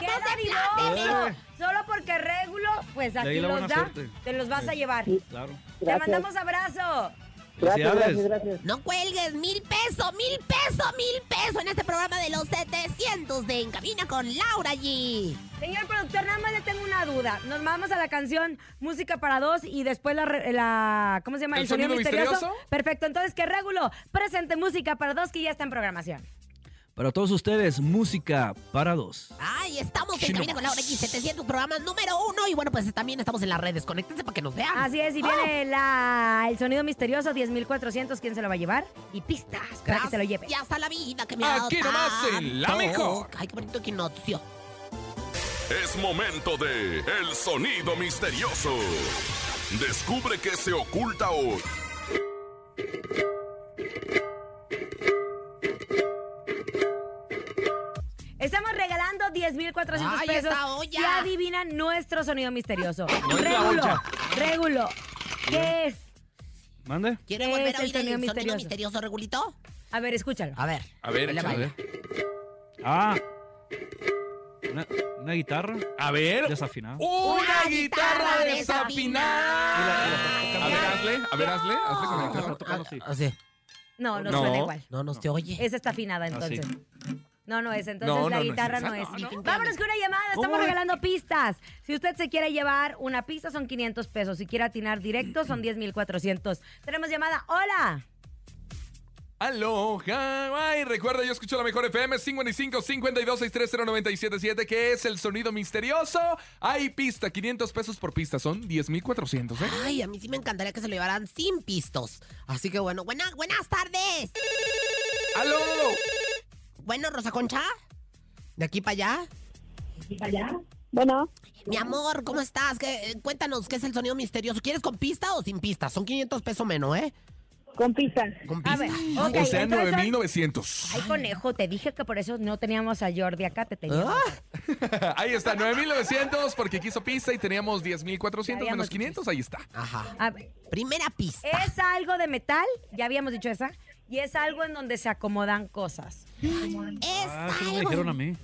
Speaker 3: ¡Qué adivinado! Solo porque Regulo, pues
Speaker 8: Eh. De ahí
Speaker 3: aquí
Speaker 8: la
Speaker 3: los
Speaker 8: buena
Speaker 3: da,
Speaker 8: suerte.
Speaker 3: te los vas a llevar.
Speaker 8: Claro.
Speaker 3: Te mandamos abrazo.
Speaker 7: Gracias,
Speaker 8: Felicidades.
Speaker 7: gracias, gracias.
Speaker 4: No cuelgues, mil pesos, mil pesos, mil pesos en este programa de los 700 de Encamina con Laura G.
Speaker 3: Señor productor, nada más le tengo una duda. Nos vamos a la canción Música para dos y después la. re- la- ¿Cómo se llama?
Speaker 5: ¿El sonido misterioso?
Speaker 3: Perfecto. Entonces, que Regulo presente Música para dos que ya está en programación.
Speaker 8: Para todos ustedes, música para dos.
Speaker 4: Ay, estamos en Encamina con Laura G, 700 programa número uno. Y bueno, pues también estamos en las redes, conéctense para que nos
Speaker 5: Ah.
Speaker 4: vean.
Speaker 3: Así
Speaker 5: ¡Oh!
Speaker 3: es, y viene la, el sonido misterioso 10.400. ¿Quién se lo va a llevar? Y pistas para que se lo lleve.
Speaker 4: Y hasta Ah. la vida que me ha
Speaker 5: Aquí nomás en La
Speaker 4: dado.
Speaker 5: Mejor.
Speaker 4: Ay, qué bonito equinoccio.
Speaker 6: Es momento de El sonido misterioso. Descubre qué se oculta hoy.
Speaker 3: Estamos regalando 10.400
Speaker 4: Ay,
Speaker 3: pesos.
Speaker 4: esa olla.
Speaker 3: Si adivinan nuestro sonido misterioso.
Speaker 8: es la
Speaker 3: Regulo,
Speaker 8: olla.
Speaker 3: Regulo. ¿Qué es?
Speaker 8: ¿Mande?
Speaker 4: ¿Quiere
Speaker 3: Es
Speaker 4: volver a
Speaker 3: el
Speaker 4: oír el
Speaker 3: sonido
Speaker 4: sonido
Speaker 3: misterioso.
Speaker 4: misterioso, Regulito?
Speaker 3: A ver, escúchalo.
Speaker 4: A ver.
Speaker 5: A ver,
Speaker 4: Le
Speaker 5: échale.
Speaker 4: baila.
Speaker 8: Ah. Una, una guitarra
Speaker 5: A ver.
Speaker 8: desafinada.
Speaker 5: Una
Speaker 4: Una
Speaker 5: guitarra
Speaker 4: guitarra
Speaker 5: desafinada. A ver, hazle, a ver, hazle, hazle con la
Speaker 8: Está
Speaker 5: guitarra.
Speaker 8: tocando así.
Speaker 4: Así.
Speaker 3: No, no,
Speaker 5: No.
Speaker 3: suena igual.
Speaker 4: No, no se oye.
Speaker 3: Esa está afinada, entonces. No, no es. Entonces
Speaker 5: No,
Speaker 3: la
Speaker 5: no, no es
Speaker 3: guitarra
Speaker 5: esa,
Speaker 3: no es.
Speaker 5: no, no.
Speaker 3: Vámonos con una llamada. Estamos regalando pistas. Si usted se quiere llevar una pista, son 500 pesos. Si quiere atinar directo, son 10,400. Tenemos llamada. Hola.
Speaker 5: Aloha. Ay, recuerda, yo escucho la mejor FM 55 52 630 977, que es el sonido misterioso. Hay pista, 500 pesos por pista, son 10,400, ¿eh?
Speaker 4: Ay, a mí sí me encantaría que se lo llevaran sin pistos. Así que bueno, buena, buenas tardes.
Speaker 5: ¡Aló!
Speaker 4: Bueno, Rosa Concha, de aquí para allá.
Speaker 7: Bueno,
Speaker 4: Mi amor, ¿cómo estás? ¿Qué- eh, cuéntanos, ¿qué es el sonido misterioso? ¿Quieres con pista o sin pista? Son 500 pesos menos, ¿eh?
Speaker 7: con pista.
Speaker 4: Con
Speaker 3: A
Speaker 4: pista.
Speaker 3: ver. ok,
Speaker 5: o sea,
Speaker 3: entonces-
Speaker 5: 9,900.
Speaker 3: Ay, conejo, te dije que por eso no teníamos a Jordi acá. Te teníamos.
Speaker 4: Ah,
Speaker 5: Ahí está, 9,900 porque quiso pista y teníamos 10,400 menos
Speaker 3: Habíamos
Speaker 5: 500, ahí está.
Speaker 4: Ajá.
Speaker 3: A ver,
Speaker 4: Primera pista.
Speaker 3: es algo de metal. Ya habíamos dicho esa. Y es algo en donde se acomodan cosas.
Speaker 4: Es
Speaker 8: Ah, eso me
Speaker 4: algo-
Speaker 8: dijeron a mí.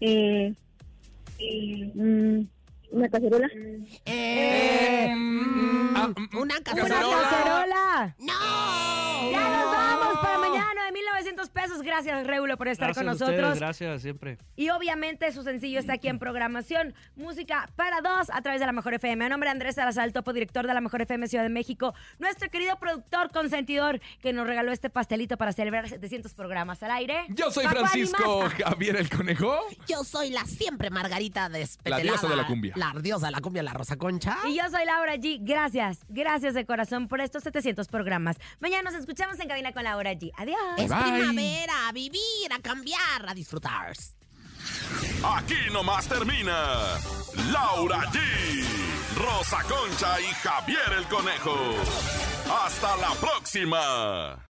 Speaker 7: Eh, mm, ¿Una cacerola?
Speaker 4: Eh,
Speaker 5: Ah, mm,
Speaker 4: una
Speaker 3: ¡Una
Speaker 4: cacerola.
Speaker 3: cacerola!
Speaker 4: ¡No!
Speaker 3: Ya nos vamos para mañana, 9,900 pesos. Gracias, Reulo, por estar
Speaker 8: Gracias
Speaker 3: con
Speaker 8: a ustedes,
Speaker 3: nosotros.
Speaker 8: gracias siempre.
Speaker 3: Y obviamente su sencillo está aquí en programación. Música para dos a través de la Mejor FM. A nombre de Andrés Salazar, el topo director de la Mejor FM Ciudad de México. Nuestro querido productor consentidor que nos regaló este pastelito para celebrar 700 programas al aire.
Speaker 5: Yo soy
Speaker 3: Paco
Speaker 5: Francisco
Speaker 3: Animas.
Speaker 5: Javier el Conejo.
Speaker 4: Yo soy la siempre Margarita despetelada.
Speaker 5: La diosa de la cumbia.
Speaker 4: La diosa de la cumbia, la Rosa Concha.
Speaker 3: Y yo soy Laura G. Gracias, gracias de corazón por estos 700 programas. Mañana nos escuchamos en cabina con Laura G. Adiós.
Speaker 4: Es
Speaker 5: Bye.
Speaker 4: primavera, a vivir, a cambiar, a disfrutar.
Speaker 6: Aquí nomás termina Laura G, Rosa Concha y Javier el Conejo. Hasta la próxima.